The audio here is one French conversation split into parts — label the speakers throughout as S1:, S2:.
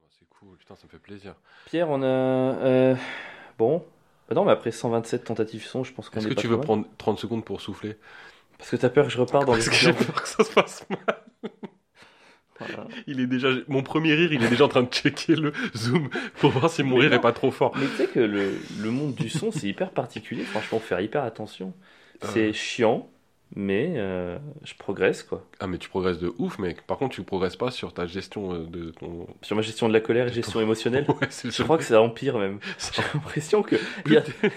S1: Oh, cool, putain, ça me fait plaisir.
S2: Pierre, on a. euh, bon. Bah non, mais après 127 tentatives son, je pense qu'on
S1: Est-ce
S2: est
S1: que
S2: pas
S1: tu
S2: trop
S1: veux
S2: mal.
S1: prendre 30 secondes pour souffler
S2: Parce que t'as peur que je repars dans les.
S1: Parce que j'ai peur que ça se passe mal.
S2: Voilà.
S1: Il est déjà... Mon premier rire, il est déjà en train de checker le zoom pour voir si mon rire est pas trop fort.
S2: Mais tu sais que le, le monde du son, c'est hyper particulier. Franchement, faut faire hyper attention.
S1: Euh.
S2: C'est chiant, mais euh, je progresse, quoi.
S1: Ah, mais tu progresses de ouf, mec. Par contre, tu progresses pas sur ta gestion euh, de ton.
S2: Sur ma gestion de la colère et gestion émotionnelle,
S1: Ouais, c'est le
S2: je
S1: seul.
S2: crois que ça empire même.
S1: Ça-
S2: J'ai l'impression que. il y
S1: Plus,
S2: a-
S1: t'es-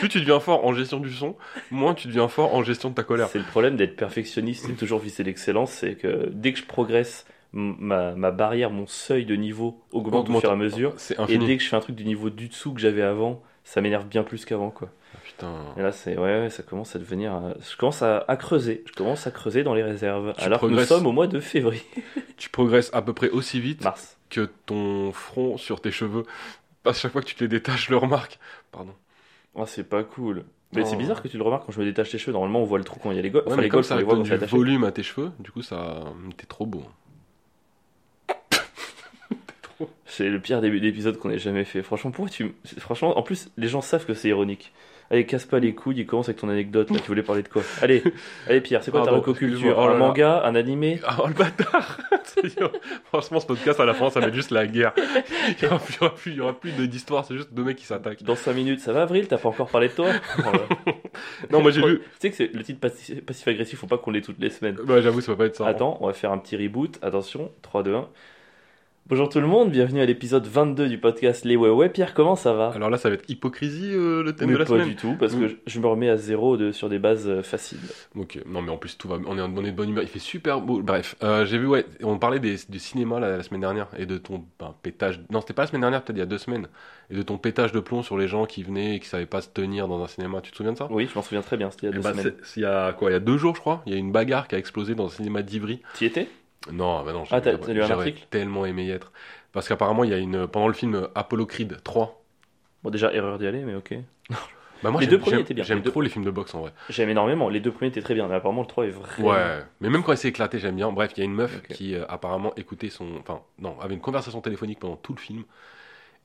S1: plus tu deviens fort en gestion du son, moins tu deviens fort en gestion de ta colère.
S2: C'est le problème d'être perfectionniste et toujours viser l'excellence, c'est que dès que je progresse, m- ma, ma barrière, mon seuil de niveau augmente au
S1: Augmente.
S2: fur et à mesure.
S1: C'est
S2: Et
S1: infini.
S2: dès que je fais un truc du niveau du dessous que j'avais avant, ça m'énerve bien plus qu'avant, quoi.
S1: Ah, putain.
S2: Et là, c'est ouais, ouais, ça commence à devenir. euh, Je commence à, à creuser. Je commence à creuser dans les réserves.
S1: Tu
S2: alors que nous
S1: progresses.
S2: sommes au mois de février,
S1: Tu progresses à peu près aussi vite
S2: mars.
S1: que ton front sur tes cheveux. À chaque fois que tu te les détaches, je le remarque. Pardon.
S2: Oh, c'est pas cool. Mais
S1: Oh.
S2: c'est bizarre que tu le remarques quand je me détache les cheveux. Normalement, on voit le trou quand il y a les golfs.
S1: Ouais,
S2: Enfin,
S1: mais
S2: les
S1: comme
S2: golfs,
S1: ça
S2: on les voit
S1: donne
S2: quand
S1: du
S2: c'est attaché.
S1: volume à tes cheveux, du coup, ça. T'es trop beau.
S2: C'est le pire début d'épisode qu'on ait jamais fait. Franchement, pourquoi tu. m- c'est- Franchement, en plus, les gens savent que c'est ironique. Allez, casse pas les couilles, il commence avec ton anecdote. Là, tu voulais parler de quoi Allez, allez Pierre, c'est quoi ta
S1: Pardon,
S2: recoculture
S1: excuse-moi. Oh
S2: Un
S1: là là.
S2: manga Un animé
S1: Oh le bâtard Franchement, ce podcast à la fin, ça va être juste la guerre. Il y aura plus, il y aura plus, il y aura plus de- d'histoire, c'est juste deux mecs qui s'attaquent.
S2: Dans 5 minutes, ça va, Avril T'as pas encore parlé de toi Voilà.
S1: Non, moi j'ai lu.
S2: Tu sais que c'est le titre passi- passif-agressif, faut pas qu'on l'ait toutes les semaines.
S1: Bah, j'avoue, ça va pas être ça.
S2: Attends, on va faire un petit reboot. Attention, 3, 2, 1. Bonjour tout le monde, bienvenue à l'épisode 22 du podcast Les Ouais Ouais. Pierre, comment ça va
S1: Alors là, ça va être hypocrisie euh, le thème
S2: Mais
S1: de la
S2: pas
S1: semaine.
S2: du tout, parce que
S1: Mm.
S2: je- je me remets à zéro de- sur des bases euh, faciles.
S1: Ok, non mais en plus tout va, on est en on est de bonne humeur, il fait super beau. Bref, euh, j'ai vu, ouais, on parlait des- du cinéma la, la semaine dernière et de ton ben, pétage. Non, c'était pas la semaine dernière, peut-être il y a deux semaines. Et de ton pétage de plomb sur les gens qui venaient et qui savaient pas se tenir dans un cinéma. Tu te souviens de ça
S2: Oui, je m'en souviens très bien, c'était il y
S1: Eh
S2: a deux
S1: ben,
S2: semaines.
S1: c'est- c'est il y a quoi Il y a deux jours, je crois. Il y a une bagarre qui a explosé dans le cinéma d'Ivry.
S2: T'y étais
S1: Non, bah non,
S2: Ah, t'as-
S1: j'aurais-
S2: t'as lu un
S1: j'aurais
S2: article
S1: tellement aimé y être. Parce qu'apparemment, il y a une. Pendant le film euh, Apollo Creed 3.
S2: Bon, déjà, erreur d'y aller, mais ok.
S1: Bah, moi,
S2: Les
S1: j'aime-
S2: deux premiers
S1: j'aime-
S2: étaient bien,
S1: J'aime
S2: les deux
S1: trop les films de boxe en vrai.
S2: J'aime énormément. Les deux premiers étaient très bien, mais apparemment le 3 est vraiment.
S1: Ouais, mais même quand il s'est éclaté, j'aime bien. Bref, il y a une meuf
S2: Ok.
S1: qui euh, apparemment écoutait son. Enfin, non, avait une conversation téléphonique pendant tout le film.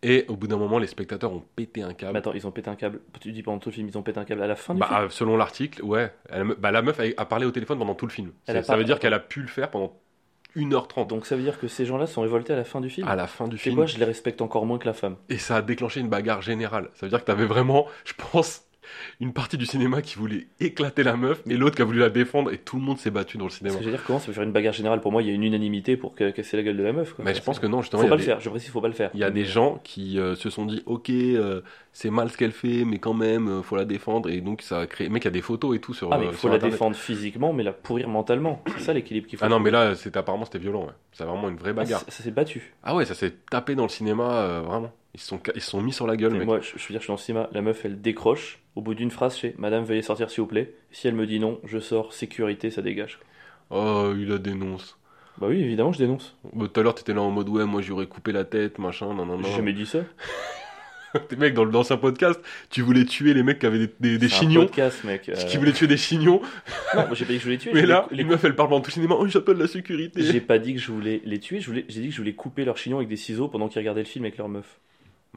S1: Et au bout d'un moment, les spectateurs ont pété un câble.
S2: Mais attends, ils ont pété un câble. Tu dis pendant tout le film, ils ont pété un câble à la fin du
S1: Bah,
S2: film
S1: euh, selon l'article, ouais. Elle me- bah, la meuf a, a parlé au téléphone pendant tout le film.
S2: Elle
S1: C'est-
S2: a
S1: Ça
S2: pas-
S1: veut dire qu'elle a pu le faire pendant 1h30.
S2: Donc ça veut dire que ces gens-là sont révoltés à la fin du film
S1: à la fin du
S2: Tu sais
S1: film.
S2: quoi, je les respecte encore moins que la femme.
S1: Et ça a déclenché une bagarre générale. Ça veut dire que t'avais vraiment, je pense, une partie du cinéma qui voulait éclater la meuf et l'autre qui a voulu la défendre et tout le monde s'est battu dans le
S2: Parce
S1: cinéma.
S2: que je veux dire, comment ça peut faire une bagarre générale Pour moi, il y a une unanimité pour que- casser la gueule de la meuf. Quoi.
S1: Mais je pense que non, justement,
S2: Faut
S1: il y,
S2: pas
S1: a
S2: le
S1: des-
S2: faire, je précise, faut pas le faire.
S1: il y a des gens qui euh, se sont dit Ok, euh, c'est mal ce qu'elle fait, mais quand même, euh, faut la défendre. Et donc, ça a créé. Mec, il y a des photos et tout sur.
S2: Ah, mais
S1: euh,
S2: il
S1: sur
S2: faut la
S1: Internet.
S2: défendre physiquement, mais la pourrir mentalement. C'est ça l'équilibre qu'il faut.
S1: Ah non, mais là, c'est apparemment, c'était violent. Ouais. C'est vraiment une vraie
S2: Ah,
S1: bagarre.
S2: ça ça s'est battu.
S1: Ah ouais, ça s'est tapé dans le cinéma, euh, vraiment. Ils se sont, ca- ils se sont mis sur la gueule,
S2: Mais
S1: mec.
S2: moi, je, je veux dire, je suis dans le cinéma, la meuf, elle décroche. Au bout d'une phrase, chez Madame, veuillez sortir s'il vous plaît. Si elle me dit non, je sors, sécurité, ça dégage.
S1: Oh, il la dénonce.
S2: Bah oui, évidemment, je dénonce.
S1: Bah, Tout à l'heure, t'étais là en mode Ouais, moi, j'aurais coupé la tête, machin, non, non, non.
S2: J'ai jamais dit ça.
S1: T'es mec, dans l'ancien podcast, tu voulais tuer les mecs qui avaient des, des, des
S2: C'est un
S1: chignons.
S2: podcast, mec. euh,
S1: Qui voulaient tuer des chignons.
S2: Non, moi, j'ai pas dit que je voulais les tuer.
S1: mais
S2: j'ai-
S1: là,
S2: les-
S1: les meufs, elles parlent dans tout le cinéma. Oh, j'appelle la sécurité.
S2: J'ai pas dit que je voulais les tuer, je voulais- j'ai dit que je voulais couper leurs chignons avec des ciseaux pendant qu'ils regardaient le film avec leur meuf.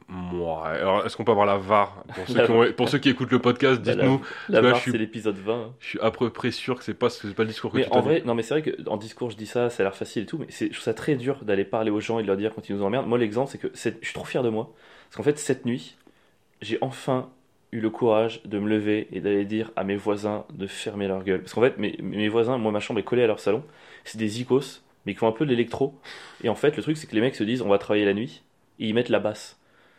S1: Moi, alors, est-ce qu'on peut avoir la VAR pour ceux,
S2: La
S1: qui ont- pour ceux qui écoutent le podcast,
S2: Bah, la-
S1: dites-nous.
S2: La
S1: Là,
S2: barre,
S1: je suis-
S2: c'est l'épisode 20. hein.
S1: Je suis à peu près sûr que c'est pas, c'est pas le discours que
S2: Mais
S1: tu
S2: en
S1: t'as
S2: vrai, non, mais c'est vrai que en discours, je dis ça, ça a l'air facile et tout, mais c'est, je trouve ça très dur d'aller parler aux gens et de leur dire quand ils nous emmerdent. Moi, l'exemple, c'est que cette- je suis trop fier de moi. Parce qu'en fait, cette nuit, j'ai enfin eu le courage de me lever et d'aller dire à mes voisins de fermer leur gueule. Parce qu'en fait, mes, mes voisins, moi, ma chambre est collée à leur salon. C'est des icos, mais qui font un peu de l'électro. Et en fait, le truc, c'est que les mecs se disent, on va travailler la nuit, et ils mettent la basse.
S1: dit.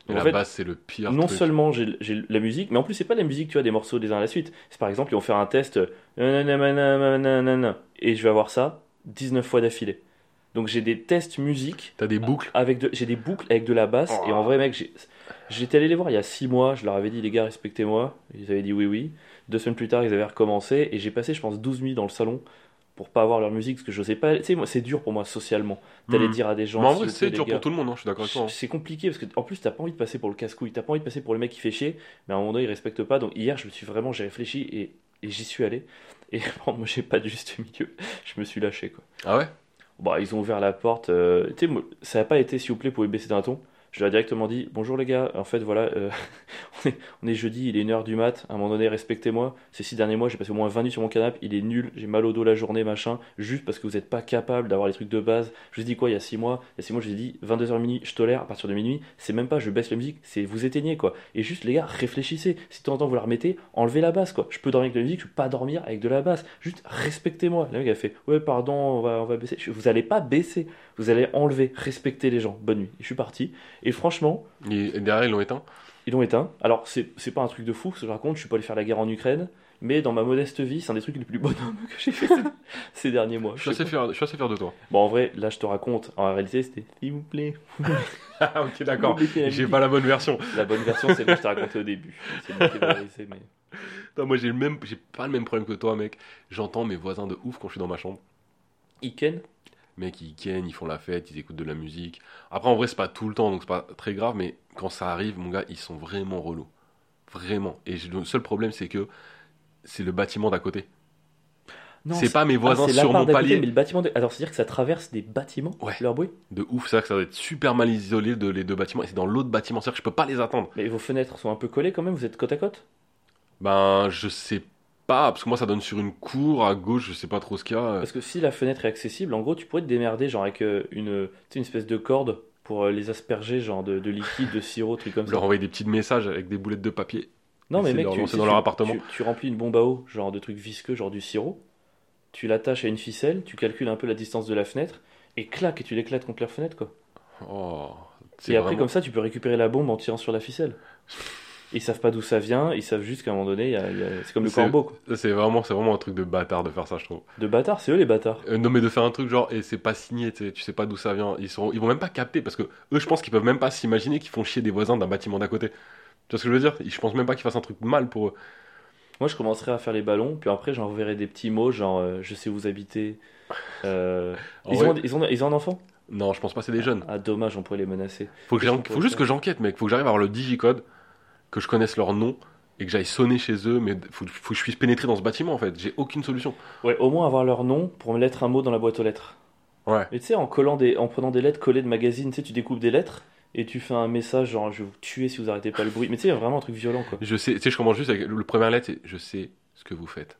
S2: Donc,
S1: La
S2: en fait,
S1: base, c'est le pire
S2: non
S1: truc.
S2: seulement j'ai j'ai la musique, mais en plus c'est pas la musique, tu vois, des morceaux des uns à la suite. C'est par exemple, ils vont faire un test, euh, nananananananana, et je vais avoir ça 19 fois d'affilée. Donc j'ai des tests musique,
S1: T'as des boucles.
S2: avec de- j'ai des boucles avec de la basse, et
S1: Oh.
S2: en vrai mec, j'ai- j'étais allé les voir il y a 6 mois, je leur avais dit les gars respectez-moi, ils avaient dit oui oui. Deux semaines plus tard ils avaient recommencé, et j'ai passé je pense 12 nuits dans le salon pour pas avoir leur musique, parce que j'osais pas, tu sais, moi c'est dur pour moi socialement, d'aller
S1: Hmm.
S2: dire à des gens...
S1: Mais en
S2: s'il
S1: vrai,
S2: vous
S1: c'est
S2: plaît, les
S1: dur
S2: gars,
S1: pour tout le monde, hein, je suis d'accord avec toi. hein.
S2: c'est compliqué parce que en plus t'as pas envie de passer pour le casse-couille, t'as pas envie de passer pour le mec qui fait chier, mais à un moment donné il respecte pas. Donc hier je me suis vraiment, j'ai réfléchi et, et j'y suis allé. Et bon, moi j'ai pas de juste milieu, je me suis lâché quoi.
S1: Ah ouais
S2: Bah, ils ont ouvert la porte. euh, tu sais, moi, ça n'a pas été, s'il vous plaît, pouvez baisser d'un ton. Je leur ai directement dit Bonjour les gars, en fait, voilà, euh, on, est, on est jeudi, il est 1h du mat. À un moment donné, respectez-moi. Ces six derniers mois, j'ai passé au moins 20 nuits sur mon canapé. Il est nul, j'ai mal au dos la journée, machin. Juste parce que vous n'êtes pas capable d'avoir les trucs de base. Je vous ai dit quoi il y a 6 mois Il y a 6 mois, je vous ai dit 22h minuit, je tolère. À partir de minuit, c'est même pas je baisse la musique, c'est vous éteignez quoi. Et juste, les gars, réfléchissez. Si de temps en temps vous la remettez, enlevez la basse quoi. Je peux dormir avec de la musique, je peux pas dormir avec de la basse. Juste respectez-moi. Le mec a fait Ouais, pardon, on va, on va baisser. Je- Vous allez pas baisser, vous allez enlever, respecter les gens. Bonne nuit. Et je suis parti. Et franchement,
S1: Et derrière, ils l'ont éteint.
S2: ils l'ont éteint. Alors, c'est c'est pas un truc de fou ce que je raconte, je suis pas allé faire la guerre en Ukraine. Mais dans ma modeste vie, c'est un des trucs les plus bonhommes que j'ai fait ces, ces derniers mois.
S1: Je suis, assez fier, je suis assez fier de toi.
S2: Bon, en vrai, là, je te raconte. En réalité, c'était s'il vous plaît.
S1: Ah, ok, d'accord.
S2: mettez la
S1: J'ai
S2: musique.
S1: pas la bonne version.
S2: La bonne version, c'est celle que je t'ai racontée au début. C'est moi qui ai valorisé, mais-
S1: Putain, moi, j'ai le même, j'ai pas le même problème que toi, mec. J'entends mes voisins de ouf quand je suis dans ma chambre.
S2: Iken
S1: Mec, ils kennent, ils font la fête, ils écoutent de la musique. Après, en vrai, c'est pas tout le temps, donc c'est pas très grave, mais quand ça arrive, mon gars, ils sont vraiment relous. Vraiment. Et je- le seul problème, c'est que c'est le bâtiment d'à côté.
S2: Non,
S1: C'est pas mes voisins
S2: Ah, c'est la
S1: sur
S2: part
S1: mon
S2: d'à côté,
S1: palier.
S2: mais le bâtiment de- Alors, c'est-à-dire que ça traverse des bâtiments,
S1: Ouais.
S2: leur bruit
S1: De ouf, c'est vrai que ça doit être super mal isolé de les deux bâtiments. Et c'est dans l'autre bâtiment, c'est-à-dire que je peux pas les attendre.
S2: Mais vos fenêtres sont un peu collées quand même, vous êtes côte à côte
S1: Ben, je sais pas, parce que moi, ça donne sur une cour à gauche, je sais pas trop ce qu'il y a.
S2: Parce que si la fenêtre est accessible, en gros, tu pourrais te démerder, genre avec euh, une, tu sais, une espèce de corde pour euh, les asperger, genre de, de liquide, de sirop, trucs comme
S1: Je
S2: ça.
S1: leur envoie des petits messages avec des boulettes de papier.
S2: non, mais
S1: essayer de
S2: mec,
S1: leur
S2: tu,
S1: lancer
S2: si
S1: dans
S2: tu-
S1: leur appartement.
S2: tu- tu remplis une bombe à eau, genre de trucs visqueux, genre du sirop, tu l'attaches à une ficelle, tu calcules un peu la distance de la fenêtre, et clac, et tu l'éclates contre leur fenêtre, quoi.
S1: Oh,
S2: Et
S1: c'est
S2: après,
S1: vraiment-
S2: comme ça, tu peux récupérer la bombe en tirant sur la ficelle. Ils savent pas d'où ça vient, ils savent juste qu'à un moment donné, il y a- il y a- c'est comme le
S1: C'est-
S2: corbeau. quoi.
S1: Ça, C'est vraiment, c'est vraiment un truc de bâtard de faire ça, je trouve.
S2: De bâtards, c'est eux les bâtards.
S1: Euh, non mais de faire un truc genre et c'est pas signé, tu sais, tu sais pas d'où ça vient, ils sont ils vont même pas capter parce que eux je pense qu'ils peuvent même pas s'imaginer qu'ils font chier des voisins d'un bâtiment d'à côté. Tu vois ce que je veux dire Je pense même pas qu'ils fassent un truc mal pour eux.
S2: Moi, je commencerai à faire les ballons, puis après, j'enverrai des petits mots, genre euh, je sais où vous habitez. Euh,
S1: En
S2: ils,
S1: vrai,
S2: ont, ils, ont, ils ont un enfant
S1: Non, je pense pas c'est des jeunes.
S2: Ah, dommage, on pourrait les menacer.
S1: Faut que
S2: Qu'est-ce
S1: j'en-
S2: qu'on pourrait
S1: faut juste
S2: faire
S1: que j'enquête mec, faut que j'arrive à avoir le digicode, que je connaisse leur nom et que j'aille sonner chez eux mais faut, faut que je puisse pénétrer dans ce bâtiment en fait, j'ai aucune solution.
S2: Ouais, au moins avoir leur nom pour mettre un mot dans la boîte aux lettres.
S1: Ouais.
S2: Mais tu sais, en, collant des- en prenant des lettres collées de magazines, tu sais, tu découpes des lettres et tu fais un message genre je vais vous tuer si vous arrêtez pas le bruit. Mais tu sais, il y a vraiment un truc violent quoi.
S1: Je sais, tu sais je commence juste avec le première lettre c'est je sais ce que vous faites.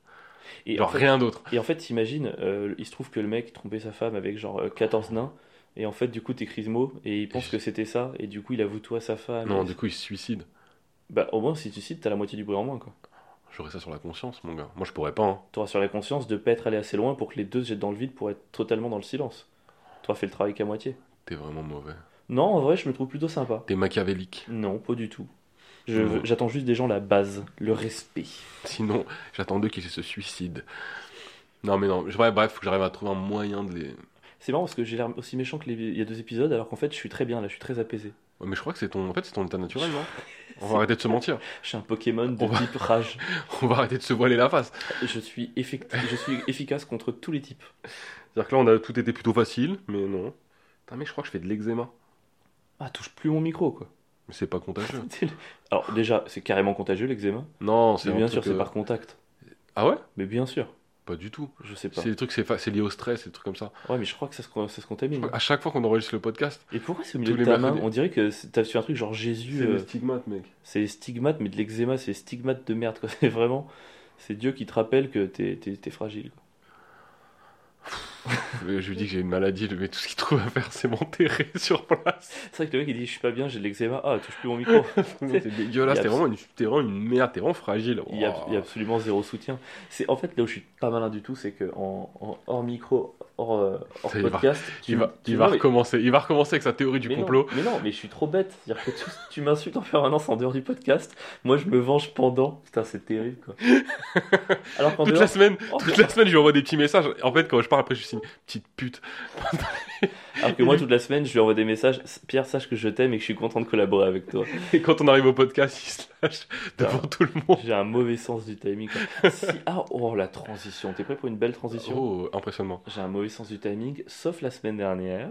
S2: Et
S1: Genre
S2: en fait,
S1: rien d'autre.
S2: Et en fait, t'imagines, euh, il se trouve que le mec trompait sa femme avec genre euh, 14 nains, et en fait, du coup, t'écris ce mot, et il pense que c'était ça, et du coup, il avoue tout à sa femme.
S1: Non,
S2: Et-
S1: du coup, ils se suicident.
S2: Bah, au moins, si tu cites, t'as la moitié du bruit en moins, quoi.
S1: J'aurais ça sur la conscience mon gars. Moi je pourrais pas hein.
S2: T'auras sur la conscience de pas être allé assez loin pour que les deux se jettent dans le vide pour être totalement dans le silence. T'auras fait le travail qu'à moitié.
S1: T'es vraiment mauvais.
S2: Non, en vrai, je me trouve plutôt sympa.
S1: T'es machiavélique.
S2: Non, pas du tout. Je
S1: Non.
S2: veux- J'attends juste des gens la base, le respect.
S1: Sinon, j'attends d'eux qu'ils se suicident. Non, mais non, je- ouais, bref, faut que j'arrive à trouver un moyen de les.
S2: C'est marrant parce que j'ai l'air aussi méchant que les... il y a deux épisodes, alors qu'en fait, je suis très bien là, je suis très apaisé.
S1: Ouais, mais je crois que c'est ton. En fait, c'est ton état naturel, non On va arrêter de se mentir.
S2: Je suis un Pokémon de
S1: On va-
S2: type rage.
S1: On va arrêter de se voiler la face.
S2: Je suis, effecti- je suis efficace contre tous les types.
S1: C'est-à-dire que là, on a tout été plutôt facile, mais non. Putain, mec, je crois que je fais de l'eczéma.
S2: Ah, touche plus mon micro, quoi.
S1: Mais c'est pas contagieux.
S2: C'est le- Alors, déjà, c'est carrément contagieux l'eczéma.
S1: Non, c'est
S2: Mais
S1: un
S2: bien sûr,
S1: truc,
S2: c'est
S1: euh,
S2: par contact.
S1: Ah ouais
S2: Mais bien sûr,
S1: Pas du tout.
S2: je sais pas.
S1: C'est des trucs, c'est fa- c'est lié au stress, des trucs comme ça.
S2: Ouais, mais je crois que ça se, ça se
S1: Je
S2: contamine.
S1: crois qu'à chaque fois qu'on enregistre le podcast,
S2: Et pourquoi c'est au milieu
S1: Tous
S2: de
S1: les
S2: ta main
S1: mercredis.
S2: On dirait que c'est- t'as su un truc genre Jésus,
S1: c'est
S2: euh,
S1: le stigmate, mec.
S2: c'est les stigmates, mais de l'eczéma, c'est les stigmates de merde, quoi. C'est vraiment. C'est Dieu qui te rappelle que t'es t'es- t'es fragile, quoi.
S1: Je je lui dis que j'ai une maladie, mais tout ce qu'il trouve à faire, c'est m'enterrer sur place.
S2: C'est vrai que le mec il dit Je suis pas bien, j'ai de l'eczéma. Ah, touche plus mon micro.
S1: C'est dégueulasse, t'es vraiment, une- t'es vraiment une merde, t'es vraiment fragile.
S2: Il y, a,
S1: Wow.
S2: il y a absolument zéro soutien. C'est en fait là où je suis pas malin du tout, c'est que en, en- hors micro, hors, euh, hors
S1: Ça, il va-
S2: podcast,
S1: Il va,
S2: tu-
S1: il va
S2: non, mais-
S1: recommencer. Il va recommencer avec sa théorie du
S2: mais non,
S1: complot.
S2: mais non, mais je suis trop bête. C'est-à-dire que tu, tu m'insultes en permanence en dehors du podcast. Moi, je me venge pendant. Putain, c'est terrible quoi. Alors qu'en
S1: Toute
S2: dehors,
S1: la semaine,
S2: Oh,
S1: toute la semaine, je lui envoie des petits messages. En fait, quand je parle après, je signe petite pute.
S2: alors que moi, toute la semaine, je lui envoie des messages. Pierre, sache que je t'aime et que je suis content de collaborer avec toi.
S1: Et quand on arrive au podcast, il se lâche devant tout le monde.
S2: J'ai un mauvais sens du timing. quoi. Si- ah, oh la transition. T'es prêt pour une belle transition
S1: Oh, impressionnement.
S2: J'ai un mauvais sens du timing, sauf la semaine dernière.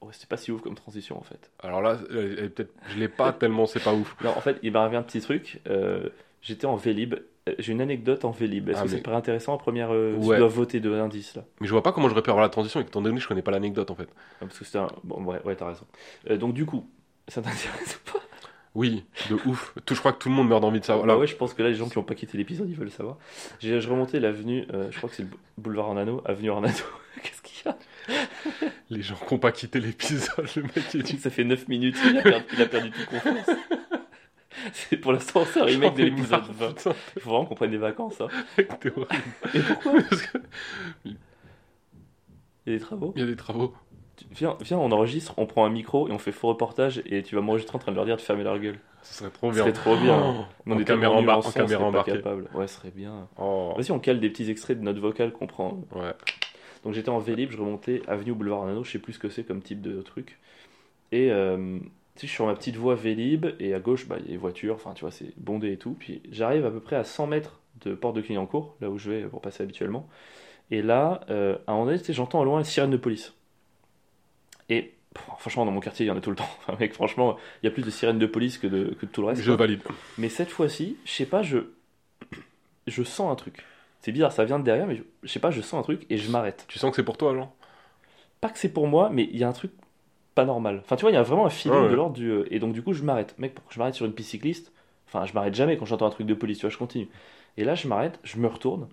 S2: Ouais, c'était pas si ouf comme transition en fait.
S1: Alors là, elle est peut-être, je l'ai pas tellement, c'est pas ouf.
S2: Non, en fait, il m'est arrivé un petit truc. euh, J'étais en Vélib euh, j'ai une anecdote en Vélib. Est-ce
S1: Ah,
S2: que
S1: mais-
S2: ça te paraît intéressant en première euh, parce que
S1: Ouais.
S2: Tu dois voter deux indices là.
S1: Mais je vois pas comment j'aurais pu avoir la transition, étant donné que je connais pas l'anecdote en fait.
S2: Ah, Parce que c'est un. Bon, ouais, ouais, t'as raison. Euh, donc, du coup, ça t'intéresse pas
S1: Oui, de ouf. Tout, je crois que tout le monde meurt d'envie de savoir. Là,
S2: Bah ouais, je pense que là, les gens qui ont pas quitté l'épisode, ils veulent savoir. J'ai je remontais l'avenue, euh, je crois que c'est le bou- boulevard Ornano, avenue Ornano. Qu'est-ce qu'il y a
S1: les gens qui ont pas quitté l'épisode, le mec il dit.
S2: Ça fait 9 minutes, il a perdu, il a perdu toute confiance. C'est pour l'instant, c'est un remake de
S1: J'en ai marre,
S2: l'épisode 20.
S1: Ah, putain,
S2: Il faut vraiment qu'on prenne des vacances. Hein.
S1: mec, t'es horrible.
S2: Et pourquoi
S1: Parce que-
S2: Il y a des travaux.
S1: Il y a des travaux.
S2: Tu- Viens, viens, on enregistre, on prend un micro et on fait faux reportage et tu vas m'enregistrer en train de leur dire de fermer leur gueule.
S1: Ce serait trop
S2: Ce
S1: bien.
S2: serait trop bien.
S1: Oh,
S2: Mais
S1: en
S2: était
S1: caméra,
S2: tellement nuls
S1: embar-
S2: son,
S1: en
S2: on serait
S1: caméra
S2: pas
S1: embarquée.
S2: capable. Ouais, ce serait bien.
S1: Oh,
S2: Vas-y, on cale des petits extraits de notre vocal qu'on prend.
S1: ouais.
S2: Donc j'étais en Vélib, je remontais avenue ou boulevard Nano, je sais plus ce que c'est comme type de truc. Et euh, tu sais, je suis sur ma petite voie Vélib, et à gauche, bah, il y a les voitures, enfin tu vois, c'est bondé et tout. Puis j'arrive à peu près à 100 mètres de Porte de Clignancourt, là où je vais pour passer habituellement. Et là, euh, à un moment donné, tu sais, j'entends au loin les sirènes de police. Et pff, franchement, dans mon quartier, il y en a tout le temps. Enfin, mec, franchement, il y a plus de sirènes de police que de, que de tout le reste.
S1: Je valide.
S2: Mais cette fois-ci, je sais pas, je. Je sens un truc. C'est bizarre, ça vient de derrière, mais je- je sais pas, je sens un truc et je m'arrête
S1: Tu sens que c'est pour toi, Jean
S2: pas que c'est pour moi, mais il y a un truc pas normal. Enfin, tu vois, il y a vraiment un feeling
S1: Ah ouais.
S2: de l'ordre du. euh, Et donc, du coup, je m'arrête. Mec, pourquoi je m'arrête sur une piste cycliste Enfin, je m'arrête jamais quand j'entends un truc de police, tu vois, je continue. Et là, je m'arrête, je me retourne,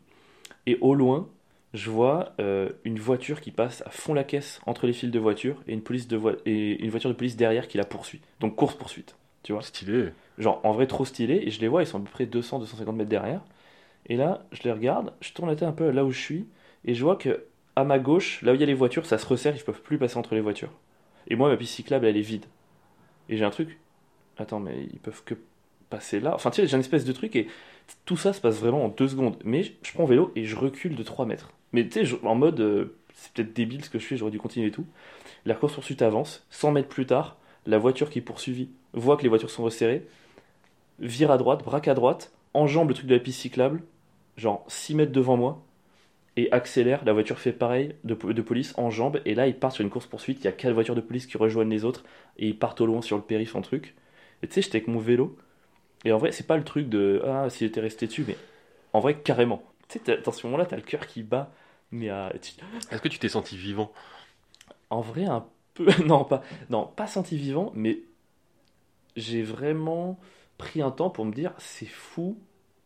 S2: et au loin, je vois euh, une voiture qui passe à fond la caisse entre les fils de voiture et une, police de voi- et une voiture de police derrière qui la poursuit. Donc, course-poursuite.
S1: Stylé.
S2: Genre, en vrai, trop stylé, et je les vois, ils sont à peu près 200-250 mètres derrière. Et là, je les regarde, je tourne la tête un peu là où je suis, et je vois que à ma gauche, là où il y a les voitures, ça se resserre, ils peuvent plus passer entre les voitures. Et moi, ma piste cyclable, elle est vide. Et j'ai un truc. Attends, mais ils peuvent que passer là. Enfin, tu sais, j'ai une espèce de truc, et tout ça se passe vraiment en deux secondes. Mais je, je prends vélo et je recule de 3 mètres. Mais tu sais, je- en mode, euh, c'est peut-être débile ce que je fais, j'aurais dû continuer et tout. La course poursuite avance, 100 mètres plus tard, la voiture qui poursuivit voit que les voitures sont resserrées, vire à droite, braque à droite, enjambe le truc de la piste cyclable, genre 6 mètres devant moi, et accélère. La voiture fait pareil de, po- de police, enjambe, et là ils partent sur une course-poursuite. Il y a quatre voitures de police qui rejoignent les autres, et ils partent au loin sur le périph' en truc. Et tu sais, j'étais avec mon vélo, et en vrai, c'est pas le truc de Ah, si j'étais resté dessus, mais en vrai, carrément. Tu sais, t'as- dans ce moment-là, t'as le cœur qui bat, mais à- tu-
S1: Est-ce que tu t'es senti vivant
S2: en vrai, un peu. Non, pas, non, pas senti vivant, mais j'ai vraiment pris un temps pour me dire c'est fou